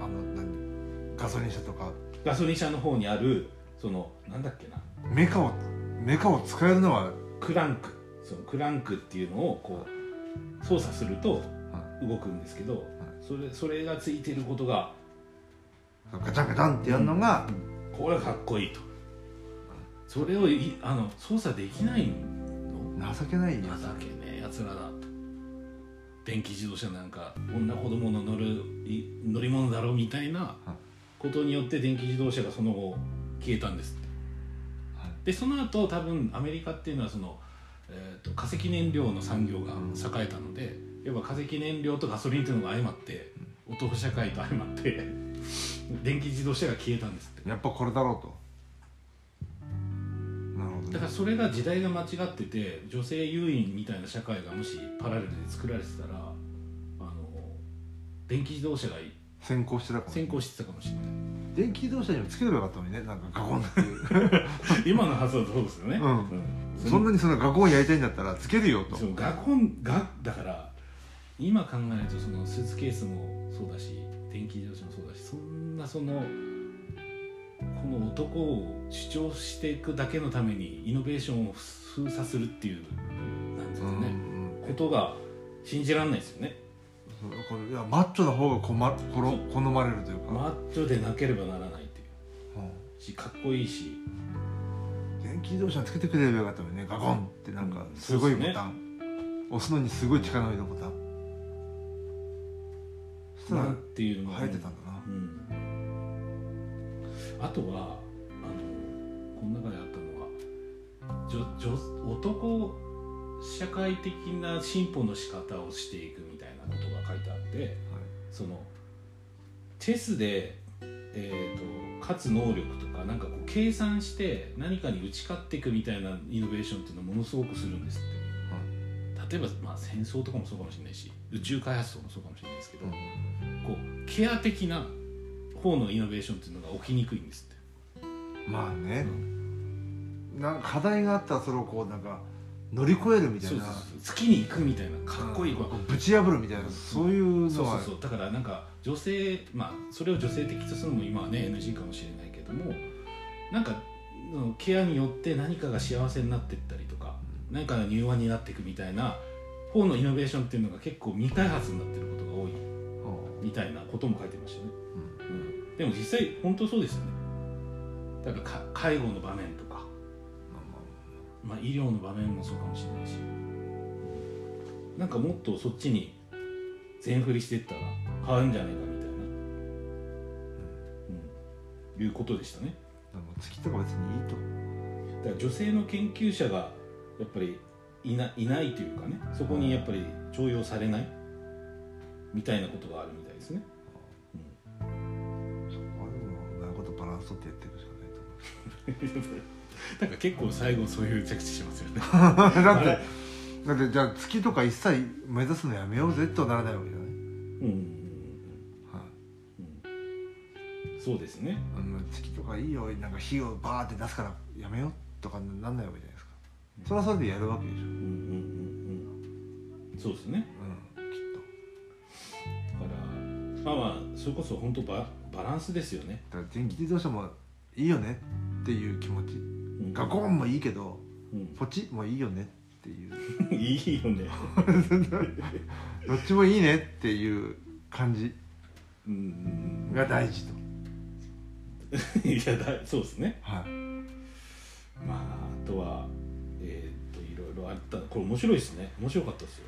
[SPEAKER 2] あの何ガソリン車とか
[SPEAKER 1] ガソリン車の方にあるそのなんだっけな
[SPEAKER 2] メカをメカを使えるのは
[SPEAKER 1] クランクそのクランクっていうのをこう操作すると動くんですけど、それそれがついてることが
[SPEAKER 2] ガチャンガチャンってやるのが、
[SPEAKER 1] これはかっこいいとそれをいあの操作できないの
[SPEAKER 2] 情けないや
[SPEAKER 1] 情
[SPEAKER 2] つ
[SPEAKER 1] けねえやつらだと電気自動車なんか女子供の乗るい乗り物だろみたいなことによって電気自動車がその後消えたんですって
[SPEAKER 2] はい
[SPEAKER 1] でその後多分アメリカっていうのはその、えー、と化石燃料の産業が
[SPEAKER 2] うん
[SPEAKER 1] 栄えたので、やっぱ化石燃料とガソリンっていうのが相まって男社会と相まって 電気自動車が消えたんですって
[SPEAKER 2] やっぱこれだろうとなるほ
[SPEAKER 1] だ
[SPEAKER 2] ど
[SPEAKER 1] か
[SPEAKER 2] ね
[SPEAKER 1] らそれが時代が間違ってて女性優位みたいな社会がもしパラレルで作られてたらあの電気自動車が
[SPEAKER 2] 先行してたかも
[SPEAKER 1] 先行してたかもしれな
[SPEAKER 2] 電気自動車にもつければよかったのにねなんかガコンっていう
[SPEAKER 1] い今の発想はそうですよね、
[SPEAKER 2] うん
[SPEAKER 1] う
[SPEAKER 2] そんなにそのガコンやりたいんだったらつけるよと
[SPEAKER 1] そうガコンがだから今考えるとそのスーツケースもそうだし電気自動車もそうだしそんなそのこの男を主張していくだけのためにイノベーションを封鎖するっていうなんです
[SPEAKER 2] う
[SPEAKER 1] か
[SPEAKER 2] んう
[SPEAKER 1] ね、
[SPEAKER 2] ん
[SPEAKER 1] ことが信じられないですよね
[SPEAKER 2] そうこれいやマッチョな方がこまころ好まれるというか、
[SPEAKER 1] マッチョでなければならないっていう
[SPEAKER 2] う
[SPEAKER 1] しかっこいいし
[SPEAKER 2] ん電気自動車につけてくれればよかったのにねガコンってなんかすごいボタン、押すのにすごい力の入れたボタンそしたら
[SPEAKER 1] なんていうのも
[SPEAKER 2] 生えてたんだな
[SPEAKER 1] うん、あとはあのこの中であったのは女女男社会的な進歩の仕方をしていくみたいなことが書いてあってそのチェスで、えー、と勝つ能力とかなんかこう計算して何かに打ち勝っていくみたいなイノベーションっていうのをものすごくするんですって、例えば、まあ、戦争とかもそうかもしれないし宇宙開発とかもそうかもしれないですけど、
[SPEAKER 2] はい
[SPEAKER 1] こうケア的な方のイノベーションっていうのが起きにくいんですっ
[SPEAKER 2] うんまあ
[SPEAKER 1] て、
[SPEAKER 2] ね、なんか課題があったらそれをこうなんか乗り越えるみた
[SPEAKER 1] そ
[SPEAKER 2] いう
[SPEAKER 1] そう
[SPEAKER 2] な
[SPEAKER 1] そう月に行くみたいなかっこいい、
[SPEAKER 2] うん
[SPEAKER 1] こ
[SPEAKER 2] こうぶち破るみたいなそういう
[SPEAKER 1] うそう
[SPEAKER 2] の
[SPEAKER 1] そ
[SPEAKER 2] は
[SPEAKER 1] うそうだからなんか女性まあそれを女性的とするのも今はね NG かもしれないけどもなんかうんケアによって何かが幸せになってったりとか何かが柔和になっていくみたいな方のイノベーションっていうのが結構未開発になってることが多いみたいなことも書いてましたね、うんでも実際本当そうですよねだからか介護の場面とかまあ、医療の場面もそうかもしれないしなんかもっとそっちに全振りしていったら変わるんじゃないかみたいな、うん、いうことでしたね
[SPEAKER 2] 月とか別にいいと
[SPEAKER 1] だから女性の研究者がやっぱりいないないというかねそこにやっぱり重用されないみたいなことがあるみたいですね
[SPEAKER 2] そこはでもうまいことバランス取ってやっていくしか
[SPEAKER 1] なんか結構最後そういう着地しますよね
[SPEAKER 2] ないと 思うだってだってじゃあ月とか一切目指すのやめようぜとはならないわけじゃない、
[SPEAKER 1] うんうんうんうんそうですね
[SPEAKER 2] あの月とかいいよなんか火をバーって出すからやめようとかならないわけじゃないですかそれはそれでやるわけでしょ、う、
[SPEAKER 1] うんんうんうんうんそうですね
[SPEAKER 2] きっ
[SPEAKER 1] だからまあまあそれこそ本当ババランスですよね、
[SPEAKER 2] とだから電気自動車もいいよねっていう気持ち
[SPEAKER 1] うん
[SPEAKER 2] ガコンもいいけど
[SPEAKER 1] うん
[SPEAKER 2] ポチもいいよねっていう
[SPEAKER 1] いいよね、
[SPEAKER 2] どっちもいいねっていう感じ
[SPEAKER 1] うんうん
[SPEAKER 2] が大事と、
[SPEAKER 1] うん、いやだそうですね
[SPEAKER 2] はい、
[SPEAKER 1] まああとはえーっといろいろあったこれ面白いですね面白かったですよ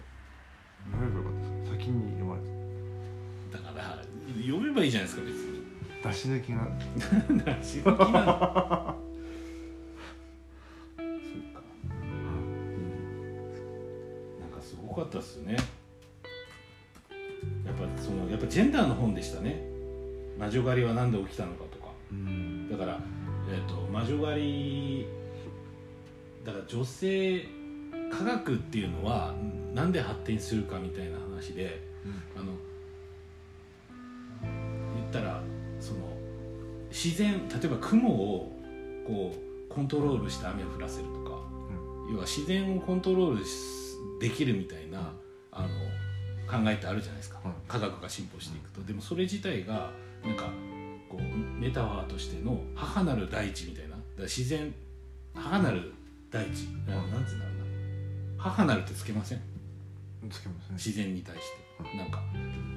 [SPEAKER 2] 読めばよかったです先に読まれ
[SPEAKER 1] だから読めばいいじゃないですか別に
[SPEAKER 2] た出し抜きが
[SPEAKER 1] 話好きなのそうか、うんなんかすごかったっすねやっぱそのやっぱジェンダーの本でしたね魔女狩りは何で起きたのかとか
[SPEAKER 2] うん
[SPEAKER 1] だから、えー、と魔女狩りだから女性科学っていうのはなんで発展するかみたいな話であの言ったらその自然例えば雲をこうコントロールして雨を降らせるとか、要は自然をコントロールしできるみたいな、あの考えってあるじゃないですか、
[SPEAKER 2] うん
[SPEAKER 1] 科学が進歩していくとでもそれ自体がなんかこうメタファーとしての母なる大地みたいなだから自然母なる大地、
[SPEAKER 2] ん
[SPEAKER 1] なんつうんだろうな母なるってつけません
[SPEAKER 2] つけますね
[SPEAKER 1] 自然に対して
[SPEAKER 2] う
[SPEAKER 1] なんか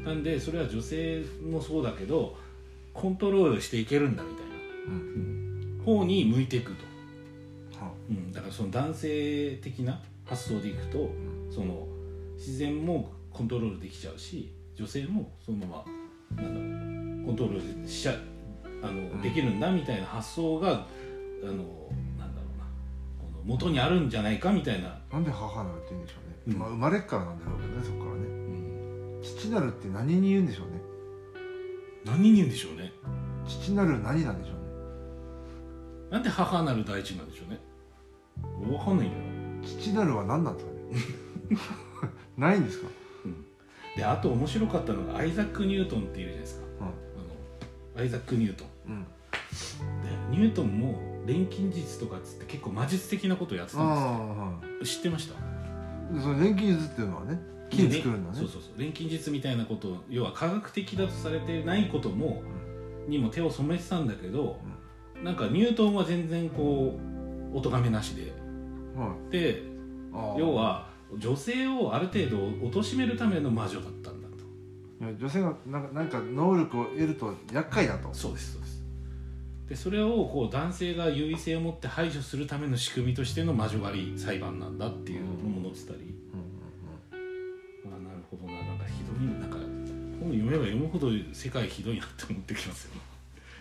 [SPEAKER 1] なんでそれは女性もそうだけどコントロールしていけるんだみたい
[SPEAKER 2] うん
[SPEAKER 1] な方に向いていくと、
[SPEAKER 2] は
[SPEAKER 1] うん、だからその男性的な発想でいくと
[SPEAKER 2] うん
[SPEAKER 1] その自然もコントロールできちゃうし女性もそのままなんだろうコントロールしちゃあの、
[SPEAKER 2] ん
[SPEAKER 1] できるんだみたいな発想があのなんだろうなこの元にあるんじゃないかみたいな、
[SPEAKER 2] なんで母なるって言うんでしょうね、
[SPEAKER 1] うん
[SPEAKER 2] まあ生まれっからなんだろうけどねそこから
[SPEAKER 1] う
[SPEAKER 2] ね
[SPEAKER 1] ん、
[SPEAKER 2] 父なるって何に言うんでしょうね
[SPEAKER 1] 何に言うんでしょうね
[SPEAKER 2] 父なる何なんでしょうね
[SPEAKER 1] なんで母なる大地なんでしょうね分かんないんだよ
[SPEAKER 2] 父なるは何なんですか ねないんですか、
[SPEAKER 1] であと面白かったのがアイザック・ニュートンっていうじゃないですか
[SPEAKER 2] う
[SPEAKER 1] あのアイザック・ニュートン
[SPEAKER 2] んうん、
[SPEAKER 1] でニュートンも錬金術とかっつって結構魔術的なことをやってたんですよ
[SPEAKER 2] あ
[SPEAKER 1] 知ってました
[SPEAKER 2] あはいでその錬金術っていうのはね金作るんだね
[SPEAKER 1] そうそうそう錬金術みたいなことを要は科学的だとされてないこともにも手を染めてたんだけど、なんかニュートンは全然こうお咎めなしで
[SPEAKER 2] はい
[SPEAKER 1] で
[SPEAKER 2] ああ
[SPEAKER 1] 要は女性をある程度貶めるための魔女だったんだと
[SPEAKER 2] いや女性がなんかなんか能力を得ると厄介だと
[SPEAKER 1] そうですそうですでそれをこう男性が優位性を持って排除するための仕組みとしての魔女狩り裁判なんだっていうのも載ってたり、
[SPEAKER 2] うん
[SPEAKER 1] あなるほどななんかひどいなんか本読めば読むほど世界ひどいなって思ってきますよね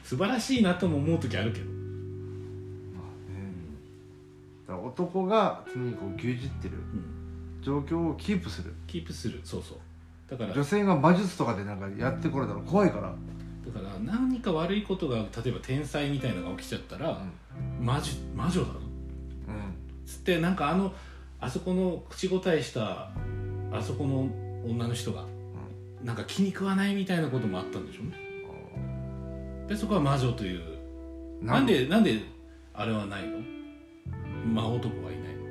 [SPEAKER 1] 素晴らしいなとも思う時あるけど、
[SPEAKER 2] うんうんまあねだから男が常にこう牛耳ってる
[SPEAKER 1] うん、
[SPEAKER 2] 状況をキープする
[SPEAKER 1] キープするそうそうだから
[SPEAKER 2] 女性が魔術とかでなんかやってこれたら怖いから、
[SPEAKER 1] だから何か悪いことが例えば天才みたいなのが起きちゃったら、魔女魔女だろ
[SPEAKER 2] うん
[SPEAKER 1] つってなんかあのあそこの口答えしたあそこの女の人が、なんか気に食わないみたいなこともあったんでしょうねでそこは魔女という
[SPEAKER 2] あー
[SPEAKER 1] なんでなんであれはないの魔男はいないの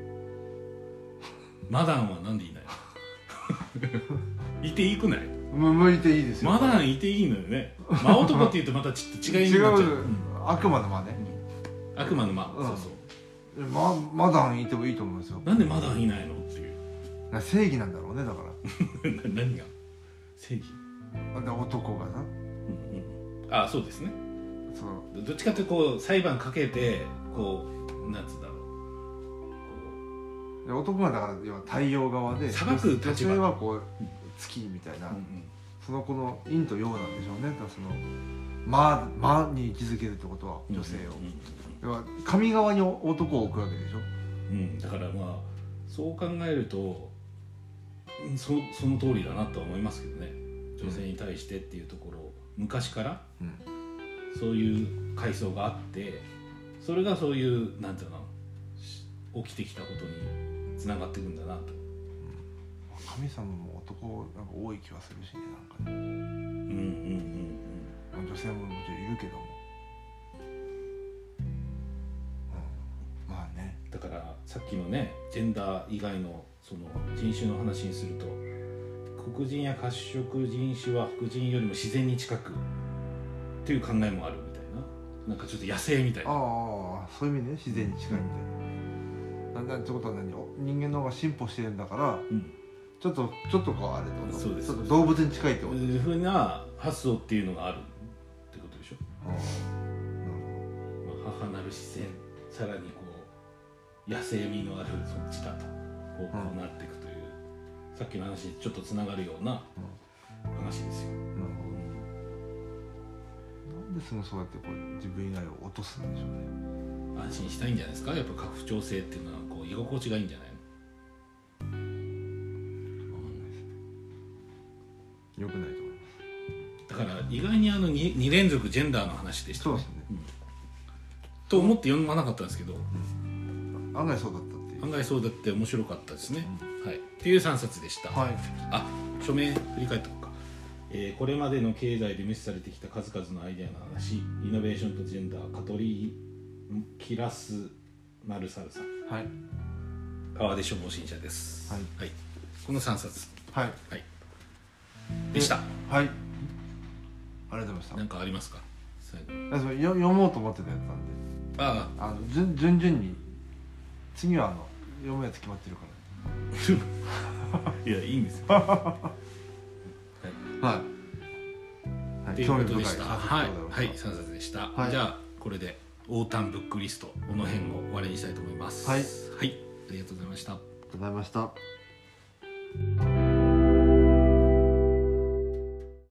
[SPEAKER 1] マダンはなんでいないのいていいくない
[SPEAKER 2] む向いていいですよ
[SPEAKER 1] マダンいていいのよね魔男って言うとまたちょっと違いに
[SPEAKER 2] 違
[SPEAKER 1] なっちゃう、
[SPEAKER 2] う悪魔の魔ね
[SPEAKER 1] うん悪魔の魔、
[SPEAKER 2] うん
[SPEAKER 1] そうそう
[SPEAKER 2] ままだいてもいいと思うんですよ
[SPEAKER 1] なんでマダンいないのっていう
[SPEAKER 2] な正義なんだろうねだから
[SPEAKER 1] な何が正義
[SPEAKER 2] あで男がさ
[SPEAKER 1] うんうんあそうですね
[SPEAKER 2] その
[SPEAKER 1] どっちかってこう裁判かけてこうなんつうんだろう
[SPEAKER 2] で男がだから要は対応側で
[SPEAKER 1] 裁く立場
[SPEAKER 2] 女性はこう月みたいな、
[SPEAKER 1] こう、うん
[SPEAKER 2] その子の陰と陽なんでしょうねだからその間間に位置づけるってことは
[SPEAKER 1] うん
[SPEAKER 2] 女性を、
[SPEAKER 1] うん
[SPEAKER 2] 要は神側に男を置くわけでしょ
[SPEAKER 1] うん、だからまあそう考えるとうんそその通りだなとは思いますけどね女性に対してっていうところ昔から
[SPEAKER 2] うん
[SPEAKER 1] そういう階層があってそれがそういうなんていうのかなし起きてきたことにつながっていくんだなと
[SPEAKER 2] 神様も男なんか多い気はするしねなんか
[SPEAKER 1] う
[SPEAKER 2] ね
[SPEAKER 1] んうん
[SPEAKER 2] まあ女性ももちろんいるけども、うん、まあね
[SPEAKER 1] うんうんだからさっきのねジェンダー以外のその人種の話にすると黒人や褐色人種は白人よりも自然に近くという考えもあるみたいななんかちょっと野生みたいな
[SPEAKER 2] ああそういう意味ね自然に近いみたいな。なんだってことは何お人間の方が進歩してるんだから
[SPEAKER 1] うん
[SPEAKER 2] ちょっとちょっとこうあれってこと
[SPEAKER 1] そうです
[SPEAKER 2] ちょっと動物に近いって
[SPEAKER 1] そ
[SPEAKER 2] こ
[SPEAKER 1] う
[SPEAKER 2] と、
[SPEAKER 1] いうふうな発想っていうのがあるってことでしょ、
[SPEAKER 2] ああ
[SPEAKER 1] まあ、母なる自然さらにこう野生味のあるそっちだとこうこうなっていくという、さっきの話にちょっとつながるような話ですよ、
[SPEAKER 2] なるほどなるほどなんですぐそうやってこう自分以外を落とすんでしょうね
[SPEAKER 1] 安心したいんじゃないですかやっぱ拡張性っていうのはこう居心地がいいんじゃないの
[SPEAKER 2] わかんないですね良くないと思いま
[SPEAKER 1] だから意外にあの 2, 2連続ジェンダーの話ですし
[SPEAKER 2] そ
[SPEAKER 1] た
[SPEAKER 2] うですね
[SPEAKER 1] と思って読まなかったんですけど
[SPEAKER 2] 案外そうだったっていう
[SPEAKER 1] 案外そうだって面白かったですね、はい、っていう3冊でした、
[SPEAKER 2] はい
[SPEAKER 1] あ署名振り返っておこうか、えーこれまでの経済で無視されてきた数々のアイデアの話イノベーションとジェンダーカトリキラス・マルサルさん
[SPEAKER 2] はい
[SPEAKER 1] 川出消防信者です、
[SPEAKER 2] はい
[SPEAKER 1] この3冊
[SPEAKER 2] はい
[SPEAKER 1] でした
[SPEAKER 2] はいありがとうございま
[SPEAKER 1] 何
[SPEAKER 2] し
[SPEAKER 1] かありますか最後
[SPEAKER 2] たあそれよ読もうと思ってたやつなんで
[SPEAKER 1] あ
[SPEAKER 2] あの順順々に次はあの読むやつ決まってるか
[SPEAKER 1] あ いやいいんですよは
[SPEAKER 2] らは
[SPEAKER 1] い
[SPEAKER 2] いは
[SPEAKER 1] ということでした
[SPEAKER 2] 興味深
[SPEAKER 1] はい
[SPEAKER 2] い話
[SPEAKER 1] はい
[SPEAKER 2] でございま
[SPEAKER 1] 3冊でした、
[SPEAKER 2] はい
[SPEAKER 1] じゃあこれでオータンブックリストこの辺を終わりにしたいと思います
[SPEAKER 2] はい
[SPEAKER 1] はい、ありがとうございました
[SPEAKER 2] ありがとうございました